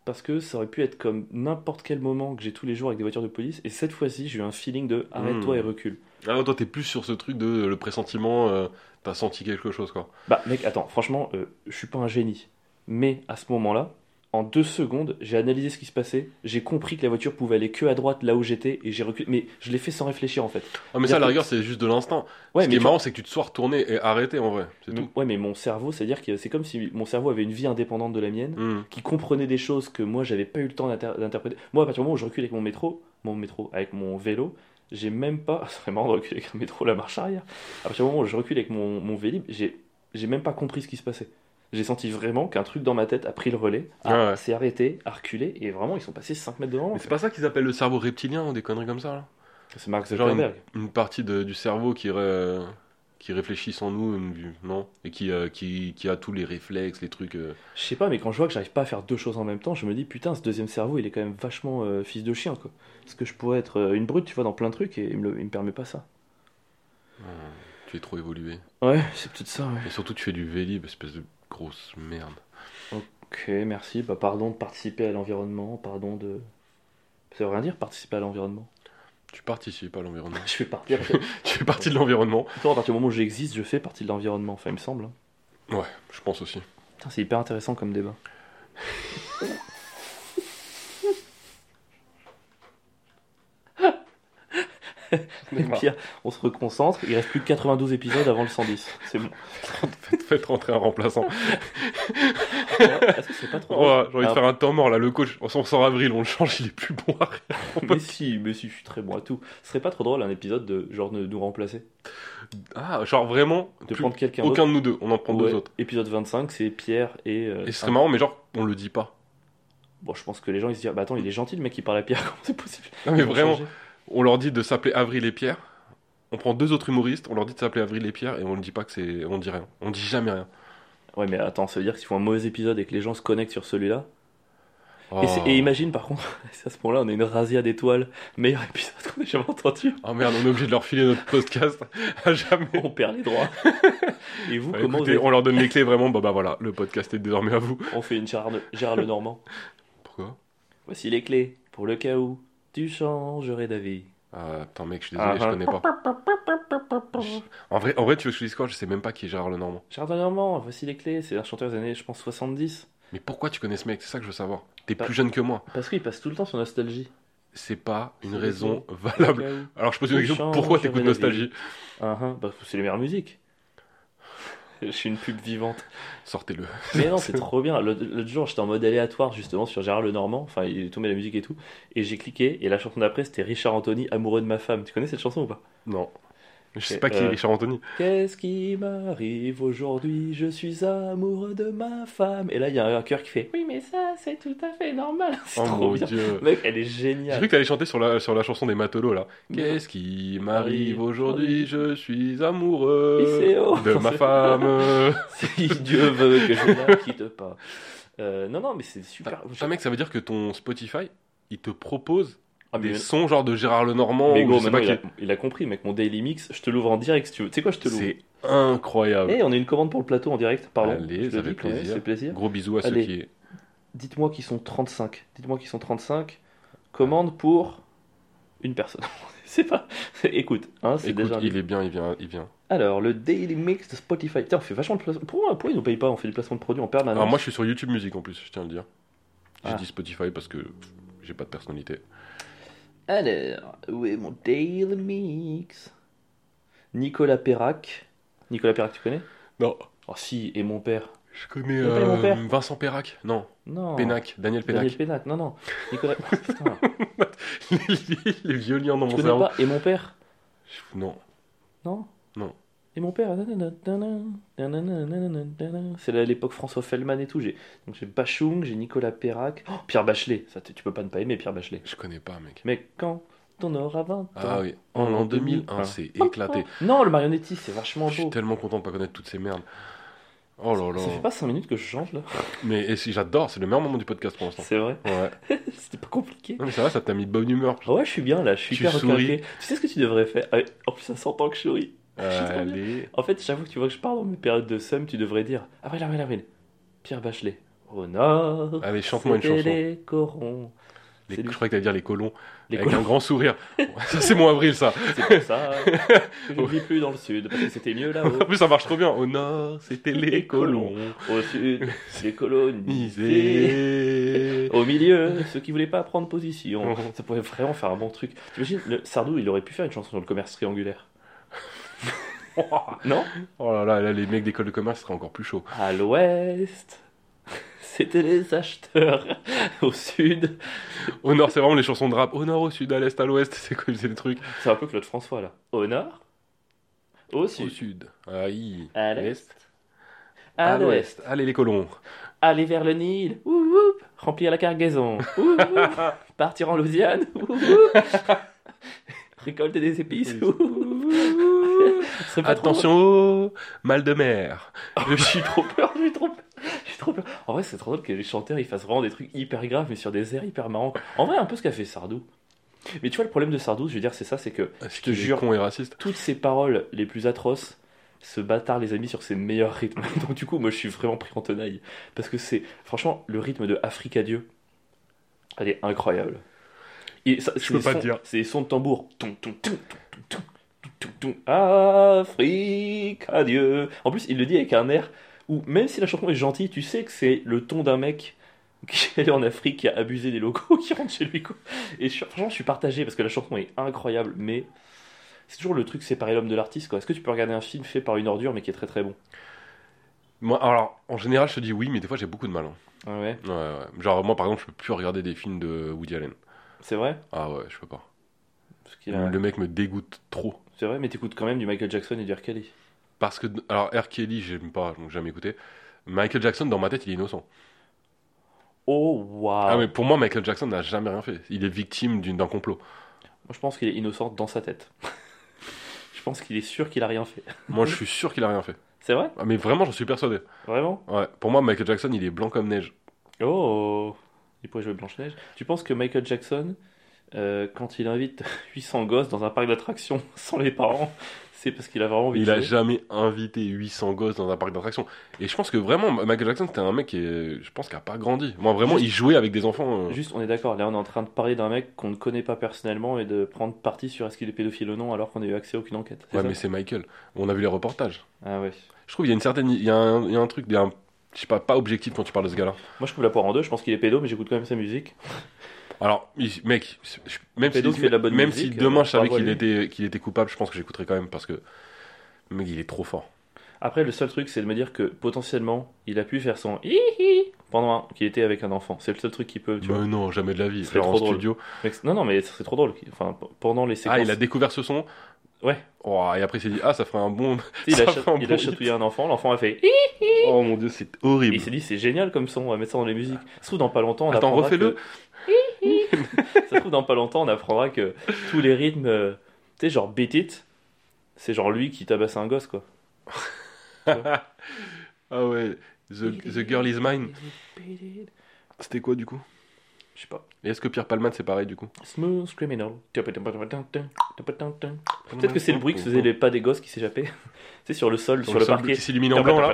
S2: parce que ça aurait pu être comme n'importe quel moment que j'ai tous les jours avec des voitures de police et cette fois-ci j'ai eu un feeling de arrête-toi
S1: Mm.
S2: et recule.
S1: Ah, toi, t'es plus sur ce truc de euh, le pressentiment, euh, t'as senti quelque chose, quoi.
S2: Bah mec, attends, franchement, euh, je suis pas un génie, mais à ce moment-là, en deux secondes, j'ai analysé ce qui se passait, j'ai compris que la voiture pouvait aller que à droite là où j'étais et j'ai reculé. Mais je l'ai fait sans réfléchir en fait.
S1: Ah, mais ça, à la
S2: Bien-
S1: rigueur, c'est juste de l'instant.
S2: Ouais,
S1: ce
S2: mais
S1: qui est
S2: tu- Mm.
S1: marrant, c'est que tu te sois retourné et arrêté, en vrai. C'est
S2: mais-
S1: tout.
S2: ouais, mais mon cerveau, c'est-à-dire que c'est comme si mon cerveau avait une vie indépendante de la mienne.
S1: Hmm.
S2: qui comprenait des choses que moi j'avais pas eu le temps d'inter- d'interpréter. Moi, à partir du moment où je recule avec mon métro, mon métro, avec mon vélo, j'ai même pas. C'est vraiment de reculer avec un métro la marche arrière. À partir du moment où je recule avec mon, mon vélib, j'ai j'ai même pas compris ce qui se passait. J'ai senti vraiment qu'un truc dans ma tête a pris le relais,
S1: Ah
S2: a-
S1: ouais.
S2: s'est arrêté, a reculé, et vraiment ils sont passés 5 mètres devant moi.
S1: Mais c'est pas ça qu'ils appellent le cerveau reptilien ou des conneries comme ça, là
S2: C'est Mark
S1: genre
S2: Zuckerberg.
S1: Une partie de- du cerveau qui, ré- qui réfléchit sans nous, une vue, non Et qui, euh, qui, qui a tous les réflexes, les trucs. euh.
S2: Je sais pas, mais quand je vois que j'arrive pas à faire deux choses en même temps, je me dis putain, ce deuxième cerveau il est quand même vachement euh, fils de chien quoi. Parce que je pourrais être euh, une brute, tu vois, dans plein de trucs, et il me, le- il me permet pas ça.
S1: Tu es trop évolué.
S2: Ouais, c'est peut-être ça, ouais.
S1: Et surtout, tu fais du vélib, espèce de grosse merde.
S2: Ok, merci. Bah, pardon de participer à l'environnement, pardon de. Ça veut rien dire participer à l'environnement.
S1: Tu participes à l'environnement.
S2: Je fais partie.
S1: tu fais partie de l'environnement.
S2: Toi, à partir du moment où j'existe, je fais partie de l'environnement, enfin, il me semble. hein.
S1: Ouais, je pense aussi.
S2: Putain, c'est hyper intéressant comme débat. Et Pierre, on se reconcentre. Il reste plus que 92 épisodes avant le 110. C'est bon.
S1: Faites, faites rentrer un remplaçant.
S2: Est-ce que c'est pas trop
S1: Oh, j'ai envie de
S2: Ah.
S1: faire un temps mort là, le coach. On s'en sort avril, on le change, il est plus bon à rien.
S2: Mais si, mais si, je suis très bon à tout. Ce serait pas trop drôle un épisode de genre de nous remplacer,
S1: Ah, genre vraiment,
S2: de
S1: plus-
S2: prendre quelqu'un d'autre.
S1: aucun de nous deux, on en prend
S2: Ouais,
S1: deux autres.
S2: Épisode 25, c'est Pierre et. euh,
S1: Et ce serait marrant, mais genre, on le dit pas.
S2: Bon, je pense que les gens ils se disent Bah attends, il est gentil le mec qui parle à Pierre, comment c'est possible
S1: Non, Ah, mais
S2: Ils vont
S1: vraiment,
S2: changer.
S1: on leur dit de s'appeler Avril et Pierre. On prend deux autres humoristes, on leur dit de s'appeler Avril et Pierre et on ne dit pas que c'est. On dit rien. On dit jamais rien.
S2: Ouais, mais attends, ça veut dire que s'ils font un mauvais épisode et que les gens se connectent sur celui-là.
S1: Oh.
S2: Et, c'est- et imagine par contre, à ce moment-là, on a une razzia d'étoiles, meilleur épisode qu'on ait jamais entendu.
S1: Oh merde, on est obligé de leur filer notre podcast à jamais.
S2: On perd les droits. Et vous,
S1: Bah,
S2: comment
S1: écoutez,
S2: vous
S1: on leur donne les clés vraiment. Bah bah voilà, le podcast est désormais à vous.
S2: avez- on... fait une Gérard, Gérard Lenormand
S1: Pourquoi
S2: Voici les clés pour le cas où tu changerais d'avis.
S1: Ah, Attends mec, je suis désolé,
S2: Ah,
S1: je
S2: ah.
S1: connais pas. Je- En vrai, en vrai, tu veux que je te dise quoi Je sais même pas qui est Gérard Lenormand.
S2: Gérard Lenormand, voici les clés, c'est un chanteur des années, je pense, 70.
S1: Mais pourquoi tu connais ce mec C'est ça que je veux savoir. T'es
S2: Bah-
S1: plus jeune que moi.
S2: Parce qu'il passe tout le temps sur Nostalgie.
S1: C'est pas une
S2: C'est
S1: raison
S2: Le
S1: valable.
S2: cas où-
S1: Alors je pose une
S2: On
S1: question.
S2: change
S1: Pourquoi t'écoutes
S2: la vie.
S1: Nostalgie
S2: Ah, ah, bah, c'est les meilleures musiques. Je suis une pub vivante.
S1: Sortez-le.
S2: Mais non, c'est trop bien. L'autre l'autre jour, j'étais en mode aléatoire justement sur Gérard Lenormand. Enfin, il est tombé la musique et tout. Et j'ai cliqué. Et la chanson d'après, c'était Richard Anthony, Amoureux de ma femme. Tu connais cette chanson ou pas
S1: Non. Je sais
S2: Ok,
S1: pas qui est
S2: euh,
S1: Richard Anthony.
S2: Qu'est-ce qui m'arrive aujourd'hui Je suis amoureux de ma femme. Et là, il y a un cœur qui fait Oui, mais ça, c'est tout à fait normal. C'est
S1: Oh
S2: trop
S1: mon
S2: bien.
S1: dieu.
S2: Mec, elle est
S1: J'ai cru
S2: géniale.
S1: que t'allais chanter sur la, sur la chanson des matelots là.
S2: Mais-
S1: Qu'est-ce qui m'arrive aujourd'hui
S2: aujourd'hui
S1: Je suis
S2: Oui, c'est
S1: amoureux
S2: haut.
S1: de ma femme.
S2: Si Dieu veut que je ne la quitte pas. Euh, non, non, mais c'est super.
S1: Ça mec, ça veut dire que ton Spotify, il te propose
S2: Ah, mais,
S1: des sons genre de Gérard Lenormand
S2: mais
S1: ou
S2: gros,
S1: je sais pas
S2: maintenant,
S1: qui.
S2: il a, il a compris, mec. Mon Daily Mix, je te l'ouvre en direct si tu veux. Tu sais quoi, je te l'ouvre.
S1: C'est incroyable.
S2: Eh, on a une commande pour le plateau en direct, pardon.
S1: Ah Allez,
S2: Je
S1: ça
S2: le
S1: fait
S2: dis quand même,
S1: plaisir.
S2: C'est plaisir.
S1: Gros bisous à ceux
S2: Eh, Allez.
S1: qui.
S2: Dites-moi qu'ils sont 35. Dites-moi qu'ils sont 35. Commande pour une personne. c'est pas. Écoute, hein, c'est
S1: Écoute,
S2: déjà. un
S1: il est bien, il vient, il vient.
S2: Alors, le Daily Mix de Spotify. Tiens, on fait vachement de placement. Pourquoi, pourquoi ils nous payent pas On fait du placement de produits en permanence.
S1: Alors moi, je suis sur YouTube Music en plus, je tiens à le dire. J'ai
S2: Ah.
S1: dit Spotify parce que pff, j'ai pas de personnalité.
S2: Alors, où est mon Daily Mix Nicolas Perrac. Nicolas Perrac, tu connais
S1: Non.
S2: Oh, si, et mon père.
S1: Je connais
S2: Mon père et mon
S1: euh,
S2: père. Oh.
S1: Vincent Perrac. Non,
S2: Non.
S1: Pénac, Daniel Pénac.
S2: Daniel Pénac, non, non. Nicolas. Putain,
S1: Les vieux liens dans
S2: tu
S1: mon
S2: connais
S1: cerveau.
S2: pas Et mon père
S1: Je- Non.
S2: Non
S1: Non.
S2: Et mon père, nanana, nanana, nanana, nanana. c'est là, l'époque François Fellman et tout. J'ai donc j'ai Bachung, j'ai Nicolas Perrac, oh, Pierre Bachelet. Ça, tu tu peux pas ne pas aimer Pierre Bachelet.
S1: Je connais pas, mec.
S2: Mais quand on aura 20 ans.
S1: Ah oui, en l'an 2001, c'est éclaté.
S2: Non, le marionnettiste, c'est vachement
S1: Je suis
S2: beau.
S1: tellement content de pas connaître toutes ces merdes. Oh là là.
S2: Ça fait pas 5 minutes que je chante là.
S1: Mais et si, j'adore, c'est le meilleur moment du podcast pour l'instant.
S2: C'est vrai.
S1: Ouais.
S2: C'était pas compliqué.
S1: Non mais ça va, ça t'a mis de bonne humeur.
S2: Ah ouais, je suis bien là, je suis
S1: Tu
S2: hyper
S1: souris. Euh,
S2: requinqué. Tu sais ce que tu devrais faire Ah, En plus, ça s'entend que je souris. suis trop bien.
S1: Allez.
S2: En fait, chaque fois que tu vois que je pars dans mes périodes de somme, tu devrais dire Ah, Avril, avril, avril. Pierre Bachelet. Au nord.
S1: Allez, Ah, chante-moi une
S2: c'était
S1: chanson.
S2: Les corons.
S1: Les-
S2: c'est
S1: je
S2: lui.
S1: croyais que t'allais dire les colons.
S2: Les
S1: avec
S2: colons.
S1: un grand sourire. ça, c'est mon avril, ça.
S2: C'est pour ça que je ne vis plus dans le sud, parce que c'était mieux là-haut.
S1: Ah, En plus, ça marche trop bien. Au nord, c'était les
S2: Les colons.
S1: colons.
S2: Au sud, les colonisés.
S1: Misé.
S2: Au milieu, ceux qui voulaient pas prendre position.
S1: Mhm.
S2: Ça pourrait vraiment faire un bon truc. T'imagines, le Sardou, il aurait pu faire une chanson sur le commerce triangulaire. Non
S1: Oh là là, là, les mecs d'école de commerce seraient encore plus chauds.
S2: À l'ouest, c'était les acheteurs. Au sud,
S1: Au nord, c'est vraiment les chansons de rap. Au nord, au sud, à l'est, à l'ouest. C'est quoi, ils faisaient des trucs
S2: c'est un peu Claude François là. Au nord, au
S1: Au
S2: sud,
S1: sud. Aïe.
S2: à l'est,
S1: l'est.
S2: à l'ouest.
S1: Allez, les colons.
S2: Aller vers le Nil, ouh, ouh, remplir la cargaison, ouh, ouh, partir en Louisiane, ouh, ouh, récolter des épices. ouh, ouh, ouh. Ce serait pas trop-
S1: Attention, au mal de mer.
S2: Je suis trop peur, j'ai trop peur, j'ai trop peur. En vrai, c'est trop drôle que les chanteurs ils fassent vraiment des trucs hyper graves, mais sur des airs hyper marrants. En vrai, un peu ce qu'a fait Sardou. Mais tu vois, le problème de Sardou, je veux dire, c'est ça, c'est que
S1: Je
S2: te jure.
S1: con et raciste.
S2: toutes ces paroles les plus atroces, ce bâtard les a mis sur ses meilleurs rythmes. Donc du coup, moi je suis vraiment pris en tenaille. Parce que c'est, franchement, le rythme de Africa Dieu, elle est incroyable. Et ça,
S1: Je
S2: c'est
S1: peux
S2: des
S1: pas te
S2: sons-
S1: dire.
S2: C'est des sons de tambour. Tum, tum, tum, tum, tum, tum, tum, tum, tum. Africa Dieu. En plus, il le dit avec un air où, même si la chanson est gentille, tu sais que c'est le ton d'un mec qui est allé en Afrique, qui a abusé des locaux, qui rentre chez lui. quoi. Et je, suis- franchement, je suis partagé parce que la chanson est incroyable, mais c'est toujours le truc séparer l'homme de l'artiste. quoi. Est-ce que tu peux regarder un film fait par une ordure mais qui est très très bon
S1: Moi, alors, en général, je te dis oui, mais des fois, j'ai beaucoup de mal. hein.
S2: Ouais,
S1: Ouais, ouais. Genre, moi, par exemple, je peux plus regarder des films de Woody Allen.
S2: c'est vrai.
S1: Ah ouais, je peux pas.
S2: Parce qu'il a-
S1: Euh, Le mec me dégoûte trop.
S2: C'est vrai, mais t'écoutes quand même du Michael Jackson et du R. Kelly.
S1: Parce que, alors, R. Kelly, j'aime pas, donc jamais écouté. Michael Jackson, dans ma tête, il est innocent.
S2: Oh waouh
S1: Ah, mais pour moi, Michael Jackson n'a jamais rien fait. Il est victime d'une- d'un complot.
S2: Moi, je pense qu'il est innocent dans sa tête. je pense qu'il est sûr qu'il a rien fait.
S1: Moi, je suis sûr qu'il a rien fait.
S2: C'est vrai
S1: Ah, Mais vraiment, j'en suis persuadé.
S2: Vraiment
S1: Ouais, pour moi, Michael Jackson, il est blanc comme neige.
S2: Oh il pourrait jouer Blanche-Neige. Tu penses que Michael Jackson, euh, quand il invite 800 gosses dans un parc d'attractions sans les parents, c'est parce qu'il a vraiment envie
S1: Il
S2: de
S1: a
S2: jouer
S1: jamais invité 800 gosses dans un parc d'attractions. Et je pense que vraiment, Michael Jackson, c'était un mec qui, est- je pense, qui a pas grandi. Moi, vraiment, il jouait avec des enfants. euh.
S2: Juste, on est d'accord, là on est en train de parler d'un mec qu'on ne connaît pas personnellement et de prendre parti sur est-ce qu'il est pédophile ou non alors qu'on n'a eu accès à aucune enquête. c'est
S1: Ouais,
S2: ça
S1: mais c'est Michael. On a vu les reportages.
S2: Ah ouais.
S1: Je trouve qu'il y a une certaine, il y a un, il y a un truc, il y a un- je sais pas, pas objectif quand tu parles de ce gars-là.
S2: Moi je coupe la poire en deux, je pense qu'il est pédo, mais j'écoute quand même sa musique.
S1: Alors, il- mec, je- je- même si,
S2: Pédo fait de la bonne
S1: même
S2: musique,
S1: si demain
S2: euh,
S1: je savais
S2: bravo à
S1: qu'il
S2: lui.
S1: était, qu'il était coupable, je pense que j'écouterais quand même parce que, mec, il est trop fort.
S2: Après, le seul truc, c'est de me dire que potentiellement, il a pu faire son hihi pendant un- qu'il était avec un enfant. C'est le seul truc qu'il peut, tu vois.
S1: Mais non, jamais de la vie.
S2: Ce
S1: Faire
S2: serait
S1: en
S2: trop drôle.
S1: studio.
S2: Mec, c'est- non, non, mais c'est trop drôle. Enfin, p- pendant les séquences,
S1: Ah, il a découvert ce son.
S2: Ouais.
S1: Oh, et après, il s'est dit, ah, ça ferait un bon.
S2: il a
S1: ça
S2: cha-
S1: fait un
S2: il
S1: bon
S2: a
S1: hit.
S2: chatouillé un enfant, l'enfant a fait hihi
S1: Oh mon dieu, c'est
S2: et il
S1: horrible.
S2: s'est dit c'est génial comme son, on va mettre ça dans les musiques. Ça se trouve dans pas longtemps, on
S1: Attends,
S2: apprendra
S1: refais-le.
S2: que- Hihi ça se trouve dans pas longtemps, on apprendra que tous les rythmes, euh, tu sais, genre beat it, c'est genre lui qui tabasse un gosse quoi.
S1: Ah ouais. The, The Girl Is Mine.
S2: Beat it.
S1: C'était quoi du coup
S2: Je sais pas.
S1: Et est-ce que Pierre Palman c'est pareil du coup
S2: Smooth criminal. Peut-être que c'est le bruit que faisaient les pas des gosses qui s'échappaient. C'est sur le sol, sur, le,
S1: sol
S2: parquet.
S1: qui s'illumine en blanc là.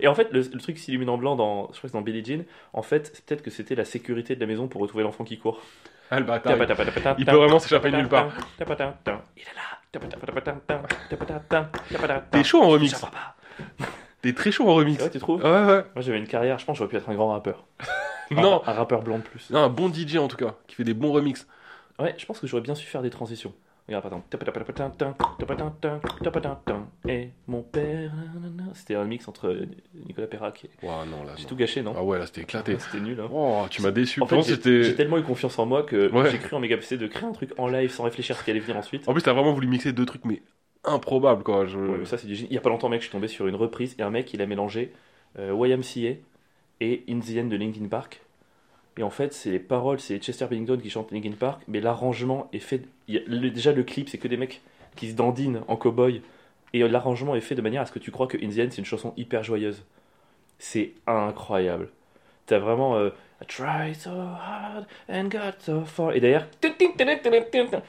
S2: Et en fait, le, le truc qui s'illumine en blanc dans, je crois que c'est dans Billie Jean, en fait, c'est peut-être que c'était la sécurité de la maison pour retrouver l'enfant qui court.
S1: Ah le bâtard. il- Il peut vraiment s'échapper de nulle part.
S2: Il est là.
S1: T'es chaud en remix.
S2: Je comprends pas.
S1: T'es très chaud en remix.
S2: C'est vrai, tu trouves
S1: Ouais ouais.
S2: Moi, j'avais une carrière, je pense que j'aurais pu être un grand rappeur. Un-
S1: Non.
S2: Un rappeur blanc de plus.
S1: Non, un bon DJ en tout cas, qui fait des bons remixes.
S2: Ouais, je pense que j'aurais bien su faire des transitions. Regarde, par exemple. Et mon père. nanana. C'était un mix entre Nicolas Perrac et.
S1: Ouah, non là.
S2: J'ai
S1: non.
S2: tout gâché, non
S1: Ah ouais, là c'était éclaté.
S2: Ouais, C'était nul. Hein.
S1: Oh, tu m'as déçu.
S2: En fait,
S1: Pourtant,
S2: j'ai- j'ai
S1: c'était
S2: tellement eu confiance en moi que
S1: Ouais.
S2: j'ai cru en mes capacités de créer un truc en live sans réfléchir à ce qui allait venir ensuite.
S1: En plus, t'as vraiment voulu mixer deux trucs mais improbables quoi. Je...
S2: Ouais, mais ça, c'est du génie. Il y a pas longtemps, mec, je suis tombé sur une reprise et un mec, il a mélangé euh, YMCA et In the End de Linkin Park. Et en fait, c'est les paroles, c'est Chester Bennington qui chante Linkin Park, mais l'arrangement est fait. il y a- le- déjà, le clip, c'est que des mecs qui se dandinent en cow-boy. Et euh, l'arrangement est fait de manière à ce que tu crois que In the End, c'est une chanson hyper joyeuse. C'est incroyable. T'as vraiment. euh, I tried so hard and got so far. Et derrière.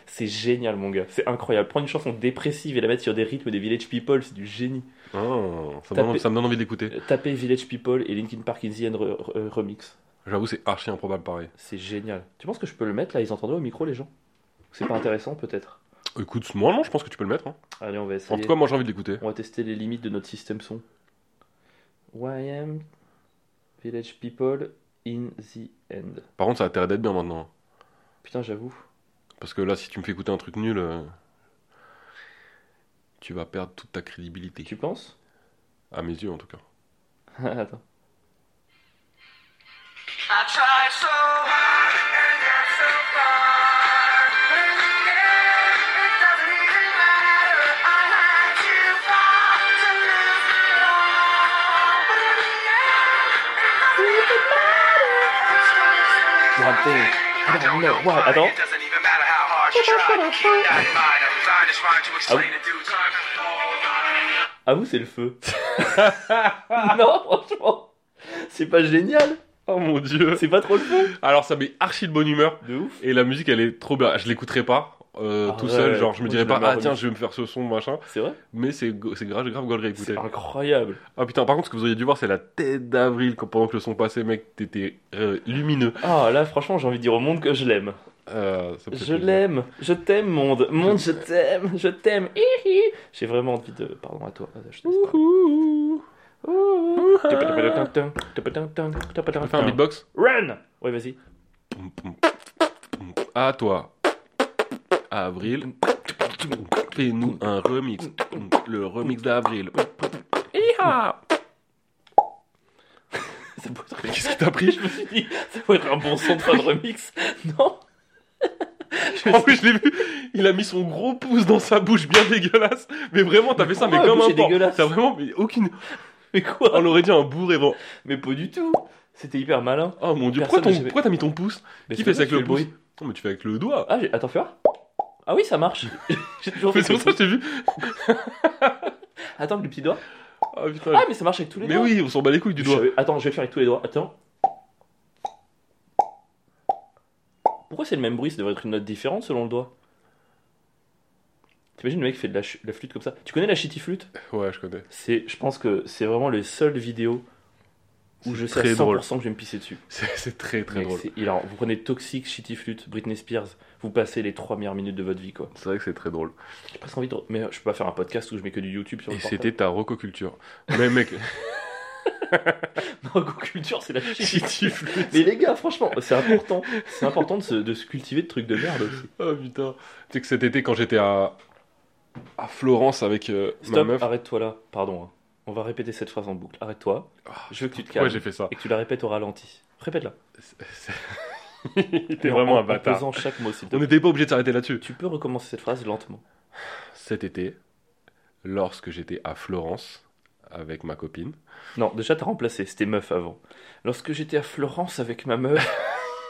S2: C'est génial, mon gars. C'est incroyable. Prendre une chanson dépressive et la mettre sur des rythmes des Village People, c'est du génie.
S1: Ah, ça, me
S2: T'as
S1: donne-
S2: fait-
S1: ça me donne envie d'écouter.
S2: Euh, Taper Village People et Linkin Park in the End re- re- remix.
S1: J'avoue, c'est archi improbable pareil.
S2: C'est génial. Tu penses que je peux le mettre là Ils entendraient au micro, les gens C'est pas intéressant, peut-être.
S1: Écoute, moi non, je pense que tu peux le mettre. hein.
S2: Allez, on va
S1: En
S2: essayer.
S1: tout cas, moi j'ai envie de l'écouter.
S2: On va tester les limites de notre système son. YM Village People in the End.
S1: Par contre, ça a intérêt d'être bien maintenant.
S2: Putain, j'avoue.
S1: Parce que là, si tu me fais écouter un truc nul, euh, tu vas perdre toute ta crédibilité.
S2: Tu penses
S1: À mes yeux, en tout cas.
S2: Attends.
S3: I tried so hard and got so far. But in the end, it doesn't even matter. I had to fall to lose it all. But in the end, it doesn't even matter. It's just a
S2: One thing. I don't know why. Attends.
S3: It doesn't even matter how hard you try.
S2: euh,
S3: Keep that in mind. I designed this rhyme to explain in due time.
S2: Ah vous c'est le feu. non, franchement, c'est pas génial.
S1: Oh mon dieu
S2: C'est pas trop le feu.
S1: Alors, ça met archi de bonne humeur.
S2: De ouf.
S1: Et la musique, elle est trop bien. Je l'écouterai pas euh,
S2: Ah
S1: tout
S2: ouais,
S1: seul. Genre, je me
S2: moi,
S1: dirais
S2: je
S1: pas,
S2: l'adore,
S1: ah tiens,
S2: lui.
S1: je vais me faire ce son, machin.
S2: C'est vrai
S1: Mais c'est go- c'est grave, grave, grave, réécouter.
S2: C'est incroyable.
S1: Ah putain, par contre, ce que vous auriez dû voir, c'est la tête d'avril quand- pendant que le son passait, mec. T'étais euh, lumineux.
S2: Ah là franchement j'ai envie de dire au monde que je l'aime.
S1: Euh, ça me fait
S2: Je
S1: plaisir.
S2: l'aime. Je t'aime monde. Monde je t'aime. Je t'aime. Hi, hi. J'ai vraiment envie de... Pardon à toi. euh, Je te laisse parler.
S1: Ouhou.
S2: Ouh.
S1: Ah. Fais un beatbox
S2: Run Ouais vas-y.
S1: Poum, poum, poum, poum. À toi. Avril. Fais-nous un remix. Le remix d'Avril.
S2: Hi-ha. Ça peut être-
S1: Qu'est-ce que t'as pris
S2: Je me suis dit, ça pourrait être un bon son de fin de remix. Non
S1: En plus, je l'ai vu. Il a mis son gros pouce dans sa bouche bien dégueulasse. Mais vraiment, t'as fait ça, mais
S2: pourquoi
S1: comme
S2: la
S1: un
S2: bouche est
S1: porc.
S2: dégueulasse
S1: T'as vraiment mais aucune.
S2: Mais quoi
S1: On aurait dit un bourré. Bon.
S2: Mais pas du tout C'était hyper malin.
S1: Oh mon dieu, pourquoi
S2: Personne
S1: ton-
S2: n'a jamais-
S1: pourquoi t'as mis ton pouce
S2: Mais
S1: Qui fait
S2: c'est pas
S1: ça
S2: moi
S1: avec le
S2: qui fais
S1: pouce Non, mais tu fais avec le doigt.
S2: Ah, j'ai- attends, fais voir. Ah oui, ça marche. j'ai toujours
S1: Mais c'est
S2: fait
S1: pour ça
S2: ça.
S1: que je t'ai vu.
S2: Attends, avec le petit doigt.
S1: Ah putain.
S2: Ah, mais ça marche avec tous les
S1: Mais
S2: doigts.
S1: oui, on s'en bat les couilles du doigt.
S2: Je- Attends, je vais le faire avec tous les doigts. Attends. c'est le même bruit Ça devrait être une note différente selon le doigt. T'imagines le mec qui fait de la, ch- de la flûte comme ça Tu connais la shitty flûte
S1: Ouais, je connais.
S2: C'est, Je pense que c'est vraiment les seules vidéos où je sais à
S1: très
S2: 100%
S1: drôle.
S2: que je vais me pisser dessus.
S1: C'est c'est très très
S2: Mec,
S1: drôle.
S2: c'est- Alors, vous prenez Toxic, Shitty Flute, Britney Spears, vous passez les 3 meilleures minutes de votre vie, quoi.
S1: C'est vrai que c'est très drôle.
S2: J'ai presque envie de. Mais euh, je peux pas faire un podcast où je mets que du YouTube sur
S1: Et
S2: le portable.
S1: c'était ta rococulture. Mais mec,
S2: Non, culture, c'est la shitty
S1: Shitty
S2: flûte. Mais les gars, franchement, c'est important. C'est important de se, de se cultiver de trucs de merde aussi.
S1: oh putain. Tu sais que cet été, quand j'étais à... à Florence avec euh, ma
S2: Stop, Ah,
S1: meuf.
S2: arrête-toi là. Pardon. hein. On va répéter cette phrase en boucle. Arrête-toi
S1: Ah,
S2: Je veux que tu te
S1: pourquoi
S2: calmes.
S1: j'ai fait ça
S2: et que tu la répètes au ralenti. Répète-la.
S1: C'est- c'est- Il était
S2: Et en-
S1: vraiment
S2: en-
S1: un
S2: En
S1: bâtard.
S2: posant chaque mot, s'il te
S1: On
S2: plaît.
S1: n'était pas obligé de s'arrêter là-dessus.
S2: Tu peux recommencer cette phrase lentement.
S1: Cet été, lorsque j'étais à Florence avec ma copine,
S2: Non, déjà t'as remplacé, c'était meuf avant. Lorsque j'étais à Florence avec ma meuf,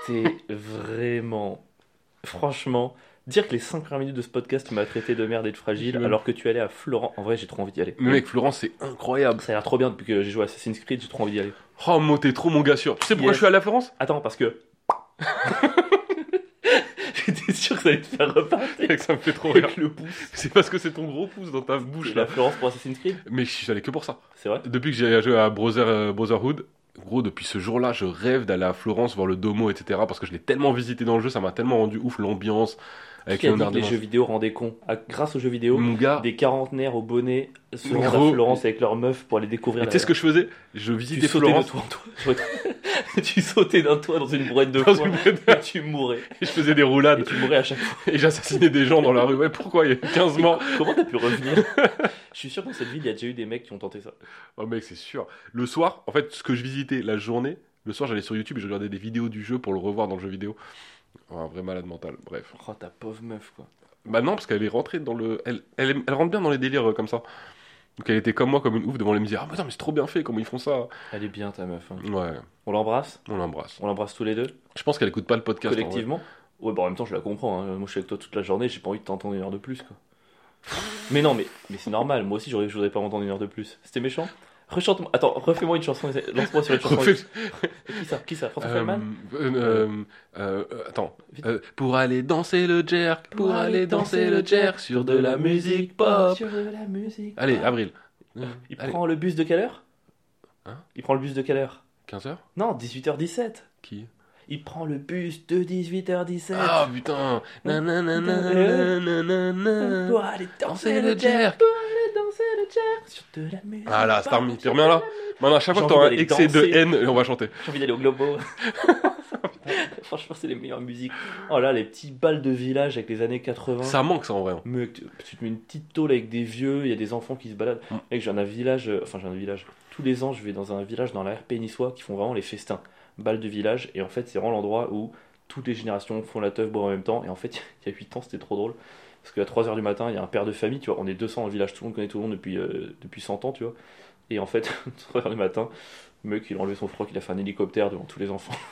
S2: t'es vraiment. Franchement, dire que les 5 premières minutes de ce podcast tu m'as traité de merde et de fragile
S1: Je-
S2: alors que tu allais à Florence. En vrai, j'ai trop envie d'y aller.
S1: mais mec, Florence, c'est incroyable.
S2: Ça a l'air trop bien depuis que j'ai joué à Assassin's Creed, j'ai trop envie d'y aller.
S1: Oh, mon, t'es trop mon gars sûr. Tu sais pourquoi
S2: Yes.
S1: je suis allé à Florence
S2: Attends, parce que. J'étais sûr que ça allait te faire repartir
S1: Mec, Ça me fait trop rire.
S2: avec le pouce.
S1: C'est parce que c'est ton gros pouce dans ta
S2: Je
S1: bouche
S2: suis à
S1: là.
S2: Florence pour Assassin's Creed,
S1: Mais je suis allé que pour ça.
S2: c'est vrai
S1: Depuis que j'ai joué à Brother- euh, Brotherhood, gros, depuis ce jour-là, je rêve d'aller à Florence voir le Domo, etc. Parce que je l'ai tellement visité dans le jeu, ça m'a tellement rendu ouf l'ambiance avec
S2: Qui a dit
S1: Leonardo.
S2: que les jeux vidéo rendaient con Grâce aux jeux vidéo,
S1: Mon gars,
S2: des quarantenaires au bonnet se
S1: Mais
S2: rendent à
S1: gros,
S2: Florence avec leurs meufs pour aller découvrir
S1: et tu sais ce que je faisais Je
S2: tu
S1: visitais
S2: sautais
S1: Florence.
S2: d'un toit en toit. je vois- tu sautais d'un toit dans une brouette de
S1: dans
S2: foin
S1: une boîte
S2: et tu mourais.
S1: et je faisais des
S2: Et
S1: roulades
S2: tu mourais à chaque fois.
S1: et j'assassinais des gens dans la rue. Ouais, pourquoi Il y a 15 morts.
S2: Comment t'as pu revenir Je suis sûr que dans cette ville, il y a déjà eu des mecs qui ont tenté ça.
S1: Oh mec, c'est sûr. Le soir, en fait, ce que je visitais la journée, le soir, j'allais sur YouTube et je regardais des vidéos du jeu pour le revoir dans le jeu vidéo. Oh, un vrai malade mental, bref.
S2: Oh, ta pauvre meuf, quoi.
S1: Bah non, parce qu'elle est rentrée dans le. Elle, elle, aime- elle rentre bien dans les délires euh, comme ça. Donc elle était comme moi, comme une ouf devant les me dire Ah, mais attends, mais c'est trop bien fait, comment ils font ça
S2: Elle est bien, ta meuf. hein.
S1: Ouais,
S2: On l'embrasse
S1: on l'embrasse.
S2: On l'embrasse tous les deux
S1: Je pense qu'elle écoute pas le podcast. en vrai.
S2: Collectivement Ouais, bah en même temps, je la comprends. hein. Moi, je suis avec toi toute la journée, j'ai pas envie de t'entendre une heure de plus, quoi. Mais non, mais, mais c'est normal. Moi aussi, j'aurais- je voudrais pas m'entendre une heure de plus. C'était méchant Rechante-moi. Attends, refais-moi une chanson. essaie- Lance-moi sur une chanson.
S1: Refais-
S2: Qui ça Qui ça François
S1: Euh,
S2: Feldman
S1: euh, euh, euh, euh, attends.
S2: Vite.
S1: Euh, pour aller danser le jerk, pour aller danser le jerk sur de la musique pop.
S2: Sur de la musique.
S1: Allez,
S2: pop.
S1: Avril.
S2: il
S1: Allez,
S2: prend le bus de quelle heure
S1: Hein
S2: Il prend le bus de quelle heure
S1: 15h
S2: Non, 18h17.
S1: Qui
S2: Il prend le bus de 18h17.
S1: Ah putain
S2: Euh,
S1: Nananana, nanana.
S2: Pour aller danser le jerk,
S1: jerk
S2: aller danser le jerk sur de la musique.
S1: Ah là,
S2: pop,
S1: Starmy, tu
S2: sur
S1: reviens
S2: de
S1: là
S2: la musique.
S1: Maintenant, à chaque fois
S2: J'ai
S1: que t'auras un
S2: envie d'aller
S1: excès de
S2: danser.
S1: haine, on va chanter.
S2: J'ai envie d'aller au Globo. Franchement, c'est les meilleures musiques. Oh là, les petits bals de village avec les années 80.
S1: Ça manque ça en vrai. hein.
S2: Mec, tu tu te mets une petite tôle avec des vieux, il y a des enfants qui se baladent.
S1: Mm.
S2: Mec, j'ai un village, euh, enfin j'ai un village. Tous les ans, je vais dans un village dans la RP niçois qui font vraiment les festins. Balle de village, et en fait, c'est vraiment l'endroit où toutes les générations font la teuf, boivent en même temps. Et en fait, il y a 8 ans, c'était trop drôle. Parce qu'à 3h du matin, il y a un père de famille, tu vois, on est 200 dans le village, tout le monde connaît tout le monde depuis, euh, depuis 100 ans, tu vois. Et en fait, 3h du matin, le mec, il a enlevé son froc, il a fait un hélicoptère devant tous les enfants.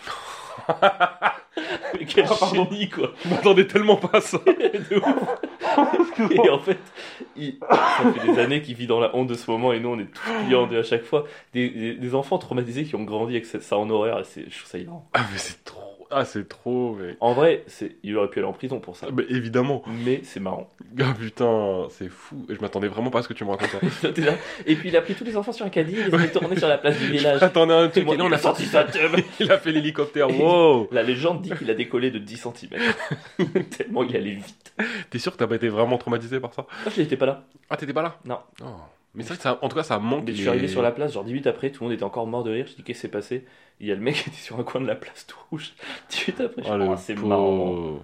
S2: Mais Quel
S1: Ah, pardon.
S2: génie, quoi
S1: Je m'attendais tellement pas à ça.
S2: de ouf. Et en fait, il- ça fait des années qu'il vit dans la honte de ce moment et nous on est tous clients de à chaque fois. Des, des- des enfants traumatisés qui ont grandi avec ça, ça en horaire et c'est, je trouve ça hilarant.
S1: Ah mais c'est trop. Ah c'est trop. Mais...
S2: En vrai, c'est, il aurait pu aller en prison pour ça.
S1: Ah, mais évidemment.
S2: Mais c'est marrant.
S1: Ah putain, c'est fou. Et je m'attendais vraiment pas à ce que tu me racontais.
S2: T'es là. Et puis il a pris tous les enfants sur un caddie, il les a
S1: Ouais.
S2: tournés sur la place du village.
S1: Attendez un truc.
S2: Tout
S1: Et
S2: le
S1: là
S2: monde,
S1: on a
S2: il sorti
S1: sorti
S2: sa
S1: ça.
S2: teub.
S1: Il a fait l'hélicoptère. Wow.
S2: La légende dit qu'il a décollé de 10 cm. Tellement il allait vite.
S1: T'es sûr que t'as pas été vraiment traumatisé par ça
S2: Moi je n'étais pas là.
S1: Ah t'étais pas là
S2: Non.
S1: Oh. Mais c'est vrai que ça, en tout cas ça manque.
S2: Mais je
S1: les-
S2: suis arrivé sur la place, genre 10 minutes après, tout le monde était encore mort de rire. Je dis, qu'est-ce qui s'est passé Il y a le mec qui était sur un coin de la place tout rouge. 10 minutes après, je
S1: Ah,
S2: dis,
S1: le
S2: oh, c'est
S1: pauvre.
S2: marrant.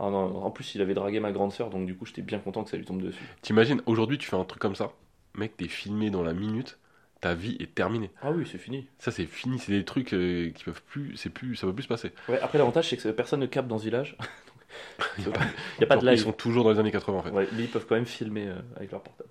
S2: Ah non, en plus, il avait dragué ma grande sœur, donc du coup, j'étais bien content que ça lui tombe dessus.
S1: T'imagines aujourd'hui tu fais un truc comme ça, mec t'es filmé dans la minute, ta vie est terminée.
S2: Ah oui, c'est fini.
S1: Ça c'est fini, c'est des trucs euh, qui peuvent plus, c'est plus, ça peut plus se passer.
S2: Ouais, après, l'avantage, c'est que personne ne capte dans ce village.
S1: Il y a pas-
S2: Il n'y a pas de
S1: Ils
S2: live.
S1: sont toujours dans les années 80 en fait.
S2: Ouais, mais ils peuvent quand même filmer euh, avec leur portable.